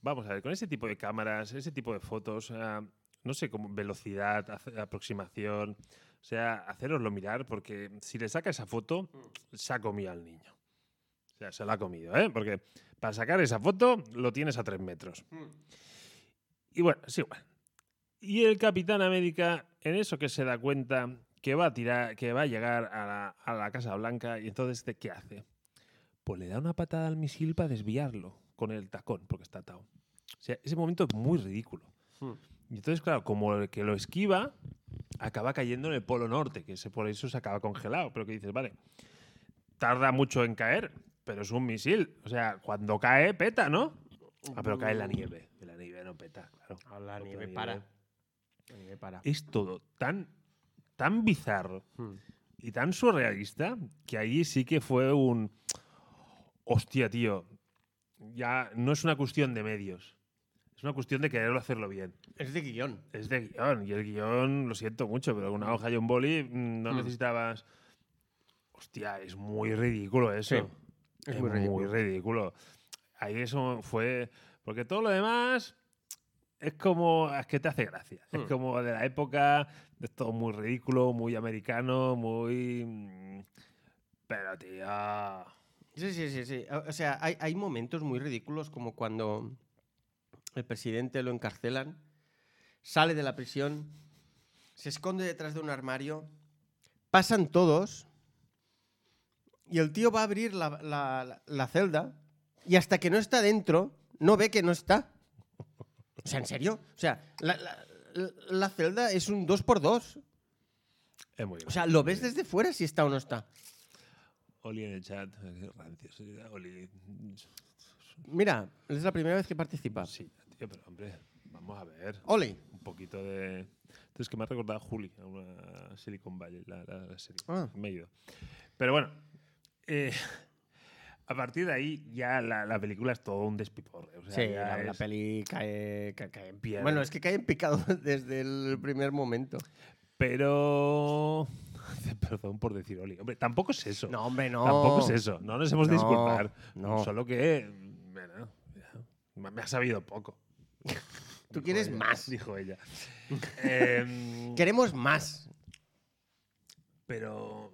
S1: vamos a ver, con ese tipo de cámaras, ese tipo de fotos, ah, no sé, como velocidad, ace- aproximación, o sea, hacéroslo mirar, porque si le saca esa foto, se ha comido al niño. O sea, se lo ha comido, ¿eh? Porque para sacar esa foto lo tienes a tres metros. Y bueno, es igual. Y el Capitán América, en eso que se da cuenta que va a tirar, que va a llegar a la, a la Casa Blanca, y entonces ¿de ¿qué hace? Pues le da una patada al misil para desviarlo con el tacón, porque está atado. O sea, ese momento es muy ridículo.
S2: Hmm.
S1: Y entonces, claro, como el que lo esquiva, acaba cayendo en el polo norte, que ese- por eso se acaba congelado. Pero que dices, vale, tarda mucho en caer, pero es un misil. O sea, cuando cae, peta, ¿no? Ah, pero cae en la nieve. En la nieve no peta, claro.
S2: La
S1: No
S2: nieve
S1: peta
S2: para. La nieve para. Hmm.
S1: Es todo tan, tan bizarro y tan surrealista que ahí sí que fue un. Hostia, tío. Ya no es una cuestión de medios. Es una cuestión de quererlo hacerlo bien.
S2: Es de guión.
S1: Es de guión, y el guión, lo siento mucho, pero una hoja y un boli mm, no
S2: Mm.
S1: necesitabas. Hostia, es muy ridículo eso.
S2: Sí, es muy ridículo.
S1: ridículo. Ahí eso fue. Porque todo lo demás es como. Es que te hace gracia. Es
S2: Mm.
S1: como de la época, es todo muy ridículo, muy americano, muy. mm, Pero, tío.
S2: Sí, sí, sí, sí. O o sea, hay, hay momentos muy ridículos como cuando el presidente lo encarcelan, sale de la prisión, se esconde detrás de un armario, pasan todos y el tío va a abrir la, la- la- la celda y hasta que no está dentro, no ve que no está. O sea, ¿en serio? O sea, la, la- la- la celda es un 2x2.
S1: Es muy
S2: O sea, lo ves desde fuera si está o no está.
S1: Oli en el chat, eh, rancios. eh, Oli.
S2: Mira, es la primera vez que participa.
S1: Sí, tío, pero hombre, vamos a ver.
S2: Oli.
S1: un poquito de. Entonces, que me ha recordado a Juli, a una Silicon Valley, la, la- la serie.
S2: Ah.
S1: Me he ido. Pero bueno, eh, A partir de ahí ya la, la película es todo un despiporre. O sea,
S2: Sí,
S1: ya
S2: la, la
S1: es-
S2: peli cae, ca- cae en
S1: Piedra.
S2: picado. Bueno, es que cae en picado *laughs* desde el primer momento.
S1: Pero. *laughs* Perdón por decir Oli. Hombre, tampoco es eso.
S2: No, hombre, no.
S1: Tampoco es eso. No nos hemos de
S2: No,
S1: disculpar.
S2: no.
S1: Solo que. bueno, ya, me me ha sabido poco.
S2: Tú
S1: Dijo
S2: quieres
S1: ella,
S2: más.
S1: Dijo
S2: *laughs*
S1: ella. Em,
S2: Queremos más.
S1: pero.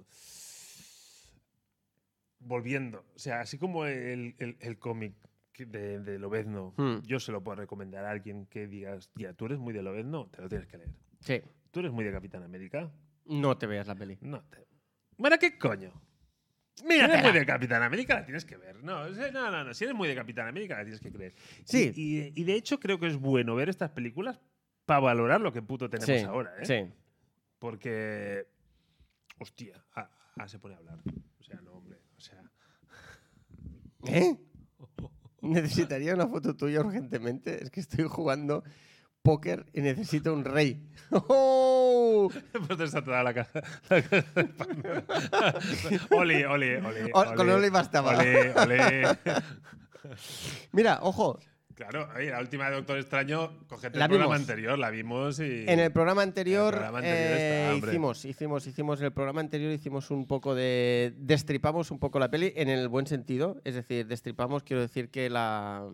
S1: Volviendo. O sea, así como el, el- el cómic que- de, de Lobezno,
S2: Hmm.
S1: yo se lo puedo recomendar a alguien que digas, ya, tú eres muy de Lobezno, te lo tienes que leer.
S2: Sí.
S1: Tú eres muy de Capitán América,
S2: No te veas la peli.
S1: No te. Bueno, ¿qué coño? Mira, si eres muy de Capitán América, la tienes que ver. No, o sea, no, no, no. Si eres muy de Capitán América, la tienes que creer.
S2: Sí.
S1: Y, y- y de hecho, creo que es bueno ver estas películas para valorar lo que puto tenemos
S2: Sí,
S1: ahora, ¿eh?
S2: Sí.
S1: Porque. Hostia, ah, ah, se pone a hablar. O sea, no, hombre. O sea. *laughs*
S2: ¿Eh? Necesitaría una foto tuya urgentemente. Es que estoy jugando póker y necesito un rey. *laughs* ¡Oh!
S1: Pues te está toda la caja. la caja de Pandora. *laughs* Oli, oli, oli.
S2: Ol- con oli bastaba.
S1: Oli, oli.
S2: Mira, ojo,
S1: Claro, oye, la última de Doctor Extraño, cogete
S2: La
S1: el programa
S2: vimos.
S1: anterior, la vimos y.
S2: en el programa anterior,
S1: programa anterior
S2: eh,
S1: está, hombre.
S2: hicimos, hicimos, hicimos, en el programa anterior hicimos un poco de, destripamos un poco la peli en el buen sentido, es decir, destripamos, quiero decir que la,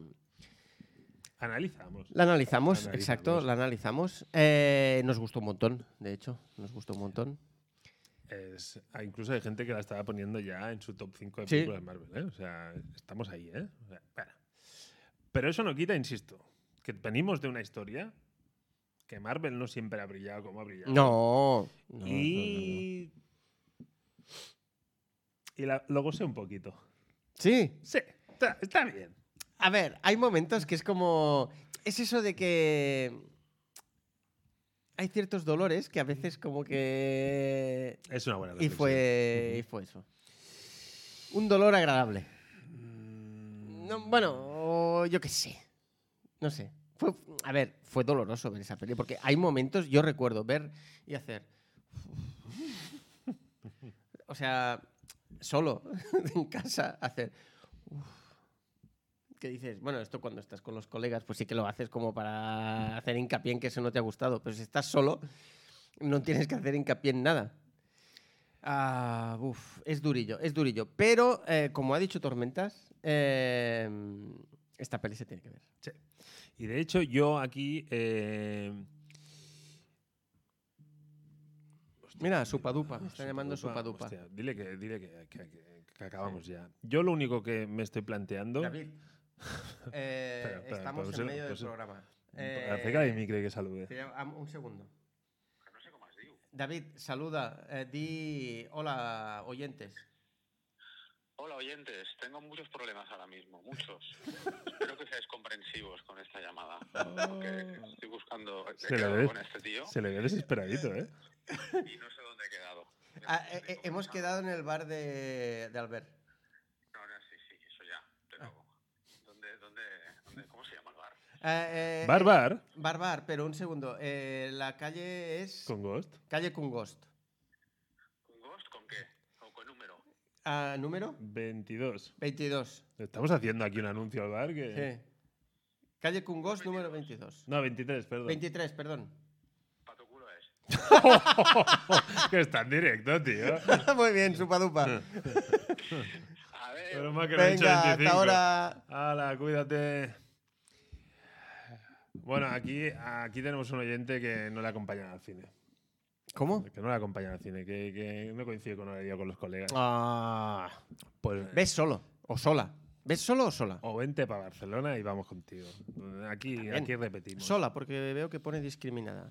S1: Analizamos.
S2: la analizamos,
S1: La
S2: exacto,
S1: analizamos.
S2: la analizamos, Eh, nos gustó un montón, de hecho, nos gustó un montón.
S1: Es- ah, incluso hay gente que la estaba poniendo ya en su top 5 de
S2: Sí.
S1: películas Marvel, ¿eh? O sea, estamos ahí, ¿eh? O sea, bueno. Pero eso no quita, insisto, que venimos de una historia que Marvel no siempre ha brillado como ha brillado.
S2: No, no, no, no, no.
S1: y. Y la- lo gocé un poquito.
S2: sí.
S1: Sí, está, está bien.
S2: A ver, hay momentos que es como. Es eso de que. Hay ciertos dolores que a veces como que.
S1: Es una buena
S2: Y
S1: reflexión.
S2: fue. Y fue eso. Un dolor agradable.
S1: Mm,
S2: No, bueno, o yo qué sé. No sé. Fue, a ver, fue doloroso ver esa peli, porque hay momentos, yo recuerdo ver y hacer. *laughs* O sea, solo, *laughs* en casa, hacer. Que dices, bueno, esto cuando estás con los colegas, pues sí que lo haces como para hacer hincapié en que eso no te ha gustado, pero si estás solo, no tienes que hacer hincapié en nada. Ah, uf, es durillo, es durillo. Pero, eh, como ha dicho Tormentas, eh, esta peli se tiene que ver.
S1: Y de hecho, yo aquí. eh,
S2: Mira, Supadupa, me
S1: Supa
S2: están llamando
S1: Dupa, Ah,
S2: Supadupa.
S1: hostia, dile que, dile que, que- que- que acabamos ya. Yo lo único que me estoy planteando.
S2: David, eh,
S1: *laughs* Espera, espera, pues
S2: estamos
S1: pausa,
S2: en medio del
S1: pausa.
S2: programa. Eh,
S1: Acerca Pues de mí, cree que salude.
S2: te llamo- am- un segundo. David, saluda, eh, di hola oyentes.
S3: Hola oyentes, tengo muchos problemas ahora mismo,
S1: *laughs*
S3: muchos. Espero que seáis comprensivos con esta llamada, porque estoy buscando, he
S1: Oh. Se le
S3: quedado
S1: ve.
S3: con este tío
S1: Se le ve desesperadito, ¿eh?
S3: y no sé dónde he quedado.
S2: Ah, eh, eh, hemos
S3: No,
S2: quedado en el bar de, de Albert.
S3: No, no, sí, sí, eso ya,
S2: Ah.
S3: pero ¿dónde, dónde, dónde, cómo se llama el bar?
S2: Eh, eh,
S1: Barbar
S2: Barbar, pero un segundo. eh, la calle es.
S1: con Ghost.
S2: Calle Kungost.
S3: ¿Con Ghost? ¿Con qué? ¿O con número?
S2: Ah, ¿Número?
S1: 22.
S2: 22.
S1: Estamos haciendo aquí un anuncio al bar
S2: Sí.
S1: que.
S2: Calle Kungost, número 22.
S1: No, 23, perdón. *laughs*
S2: 23, perdón.
S3: Pato culo es.
S1: Oh, que está en directo, tío.
S2: Muy bien, supadupa.
S3: A ver,
S1: Broma que lo he dicho 25.
S2: Venga, hasta ahora.
S1: Hala, cuídate. Bueno, aquí, aquí tenemos un oyente que no le acompañan al cine.
S2: ¿Cómo?
S1: Que no le acompañan al cine, que, que no coincide con horario con los colegas.
S2: Ah,
S1: Pues,
S2: ¿Ves solo o sola? ¿Ves solo o sola?
S1: O vente para Barcelona y vamos contigo. Aquí,
S2: También.
S1: aquí repetimos.
S2: Sola, porque veo que pone discriminada.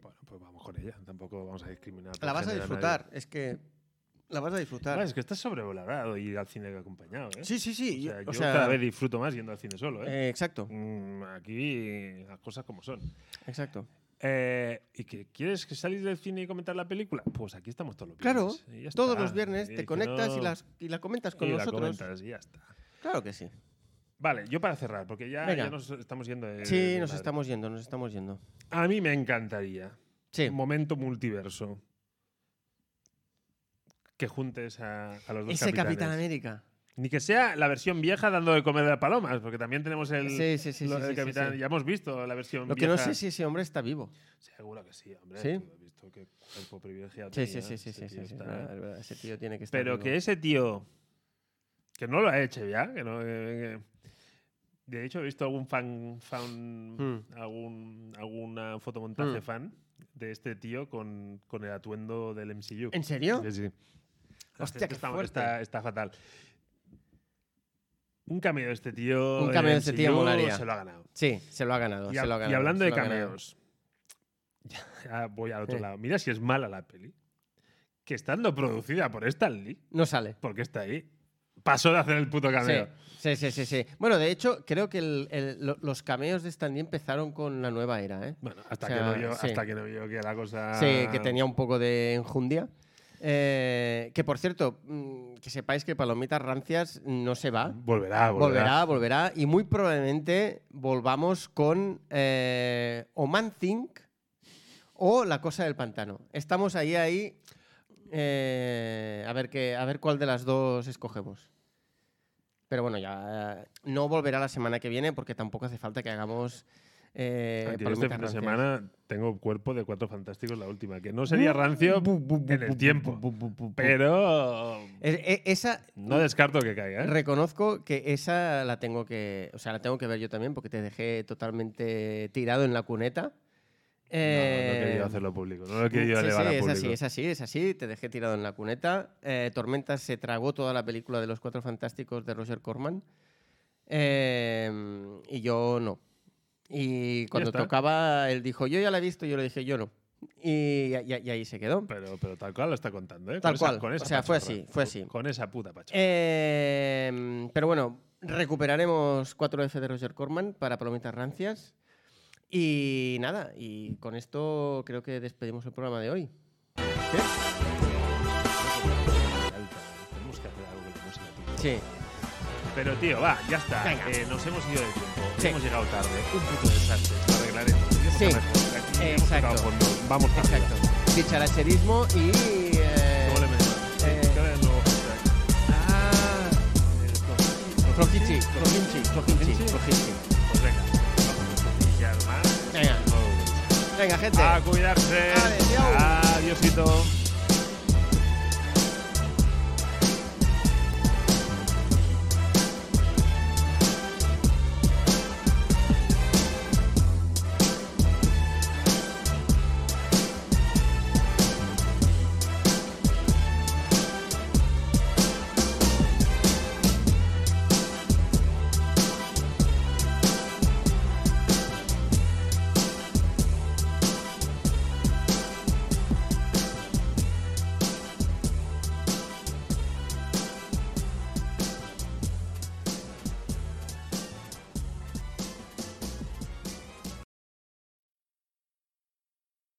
S1: Bueno, pues vamos con ella. Tampoco vamos a discriminar. por
S2: La vas a
S1: género
S2: disfrutar, es que. La vas a
S1: nadie. Ah,
S2: disfrutar.
S1: es que estás sobrevalorado ir al cine acompañado, ¿eh?
S2: Sí, sí,
S1: O
S2: sí.
S1: sea,
S2: o
S1: yo
S2: sea,
S1: cada vez disfruto más yendo al cine solo, ¿eh?
S2: eh, exacto,
S1: Mm, aquí las cosas como son.
S2: exacto.
S1: Eh, ¿Y que quieres que salís del cine y comentar la película? Pues aquí estamos todos los
S2: Claro,
S1: viernes. y ya
S2: todos
S1: está.
S2: los viernes
S1: Y
S2: te
S1: que
S2: conectas y,
S1: no-
S2: las, y la comentas con
S1: y la
S2: nosotros.
S1: comentas y ya está.
S2: Claro que sí.
S1: Vale, yo para cerrar, porque ya,
S2: Venga.
S1: ya nos estamos yendo de-
S2: Sí,
S1: de
S2: nos
S1: madre.
S2: estamos yendo, nos estamos yendo.
S1: A mí me encantaría
S2: Sí.
S1: momento multiverso que juntes a, a los dos
S2: Ese
S1: capitanes.
S2: Capitán América.
S1: Ni que sea la versión vieja dando de comer a palomas, porque también tenemos el,
S2: Sí, sí, sí,
S1: lo-
S2: sí,
S1: el
S2: sí, sí,
S1: capitán.
S2: sí.
S1: Ya hemos visto la versión
S2: Lo que
S1: vieja.
S2: no sé si ese hombre está vivo.
S1: Seguro que sí, hombre.
S2: ¿Sí?
S1: tú has visto qué cuerpo privilegiado
S2: Sí, sí,
S1: tenía,
S2: sí, sí,
S1: ese
S2: sí,
S1: tío
S2: sí, sí,
S1: está,
S2: verdad,
S1: ¿eh?
S2: es verdad, ese tío tiene que estar
S1: Pero
S2: vivo.
S1: que ese tío, que no lo ha hecho ya, que no... que- que- de hecho, he visto algún fan, fan
S2: Hmm.
S1: algún, alguna fotomontaje
S2: Hmm.
S1: fan de este tío con, con el atuendo del MCU.
S2: ¿En serio?
S1: Sí, sí.
S2: Hostia, qué
S1: está,
S2: fuerte.
S1: está- está fatal. Un cameo de este tío.
S2: Un
S1: en
S2: cameo de
S1: el
S2: este tío
S1: MCU
S2: molaría.
S1: Se lo ha ganado.
S2: Sí, se lo ha ganado.
S1: Y,
S2: se
S1: a-
S2: lo ha
S1: y
S2: ganado,
S1: hablando
S2: se
S1: de
S2: lo ha ganado.
S1: cameos, ya voy al otro
S2: Eh.
S1: lado. Mira si es mala la peli. Que estando producida por Stan Lee,
S2: No sale.
S1: porque está ahí, pasó de hacer el puto cameo.
S2: Sí, sí, sí, sí, sí. Bueno, de hecho, creo que el- el- lo- los cameos de Stan Lee empezaron con la nueva era, ¿eh?
S1: Bueno, hasta,
S2: O sea,
S1: que no vio,
S2: sí.
S1: hasta que no vio que la cosa.
S2: Sí, que tenía un poco de enjundia. Eh, que por cierto, mm, que sepáis que Palomitas Rancias no se va.
S1: Volverá, volverá.
S2: Volverá, volverá. Y muy probablemente volvamos con eh, o Man Think o La Cosa del Pantano. Estamos ahí, ahí. eh, a, ver qué, a ver cuál de las dos escogemos. Pero bueno, ya eh, no volverá la semana que viene porque tampoco hace falta que hagamos. Eh,
S1: Aquí este
S2: palomitas
S1: fin de
S2: rancias.
S1: semana tengo cuerpo de cuatro fantásticos, la última, que no
S2: Mm,
S1: sería rancio en el tiempo, pero
S2: Eh, eh, esa,
S1: no descarto que caiga. ¿eh?
S2: Reconozco que esa la tengo que, o sea, la tengo que ver yo también porque te dejé totalmente tirado en la cuneta.
S1: No, no he
S2: Eh,
S1: querido hacerlo público, no lo he querido elevar
S2: sí,
S1: a
S2: sí, es
S1: público.
S2: así, es así, es así. Te dejé tirado en la cuneta. Eh, Tormenta se tragó toda la película de los Cuatro Fantásticos de Roger Corman. Eh, y yo no. Y cuando
S1: está.
S2: tocaba, él dijo, yo ya la he visto, yo le dije, yo no. Y, y- y ahí se quedó.
S1: Pero, pero tal cual lo está contando, ¿eh?
S2: Tal
S1: esa-
S2: cual. O sea, fue
S1: pachorra.
S2: así, fue así.
S1: Con esa puta pachorra.
S2: Eh, pero bueno, recuperaremos 4F de Roger Corman para Palomitas Rancias. Y nada, y con esto creo que despedimos el programa de hoy.
S1: Alta, Tenemos que hacer algo con la música, tío.
S2: Sí,
S1: Pero, tío, va, ya está.
S2: Venga.
S1: Eh, nos hemos ido de tiempo.
S2: Sí.
S1: Hemos llegado tarde. Un puto desastre. Lo arreglaremos. Iremos
S2: Sí.
S1: a mejor. Aquí hemos
S2: Exacto.
S1: tocado fondo. Vamos para
S2: exacto.
S1: arriba.
S2: Dicharacherismo y. eh,
S1: Luego le metemos.
S2: Eh,
S1: Sí, cada vez nuevo Eh, hashtag.
S2: ah, Flojichi, flojichi, flojichi, flojichi.
S1: Pues venga, vamos a flojillar más. Ah,
S2: Venga. Venga, gente.
S1: A cuidarse.
S2: Adiós.
S1: Adiósito.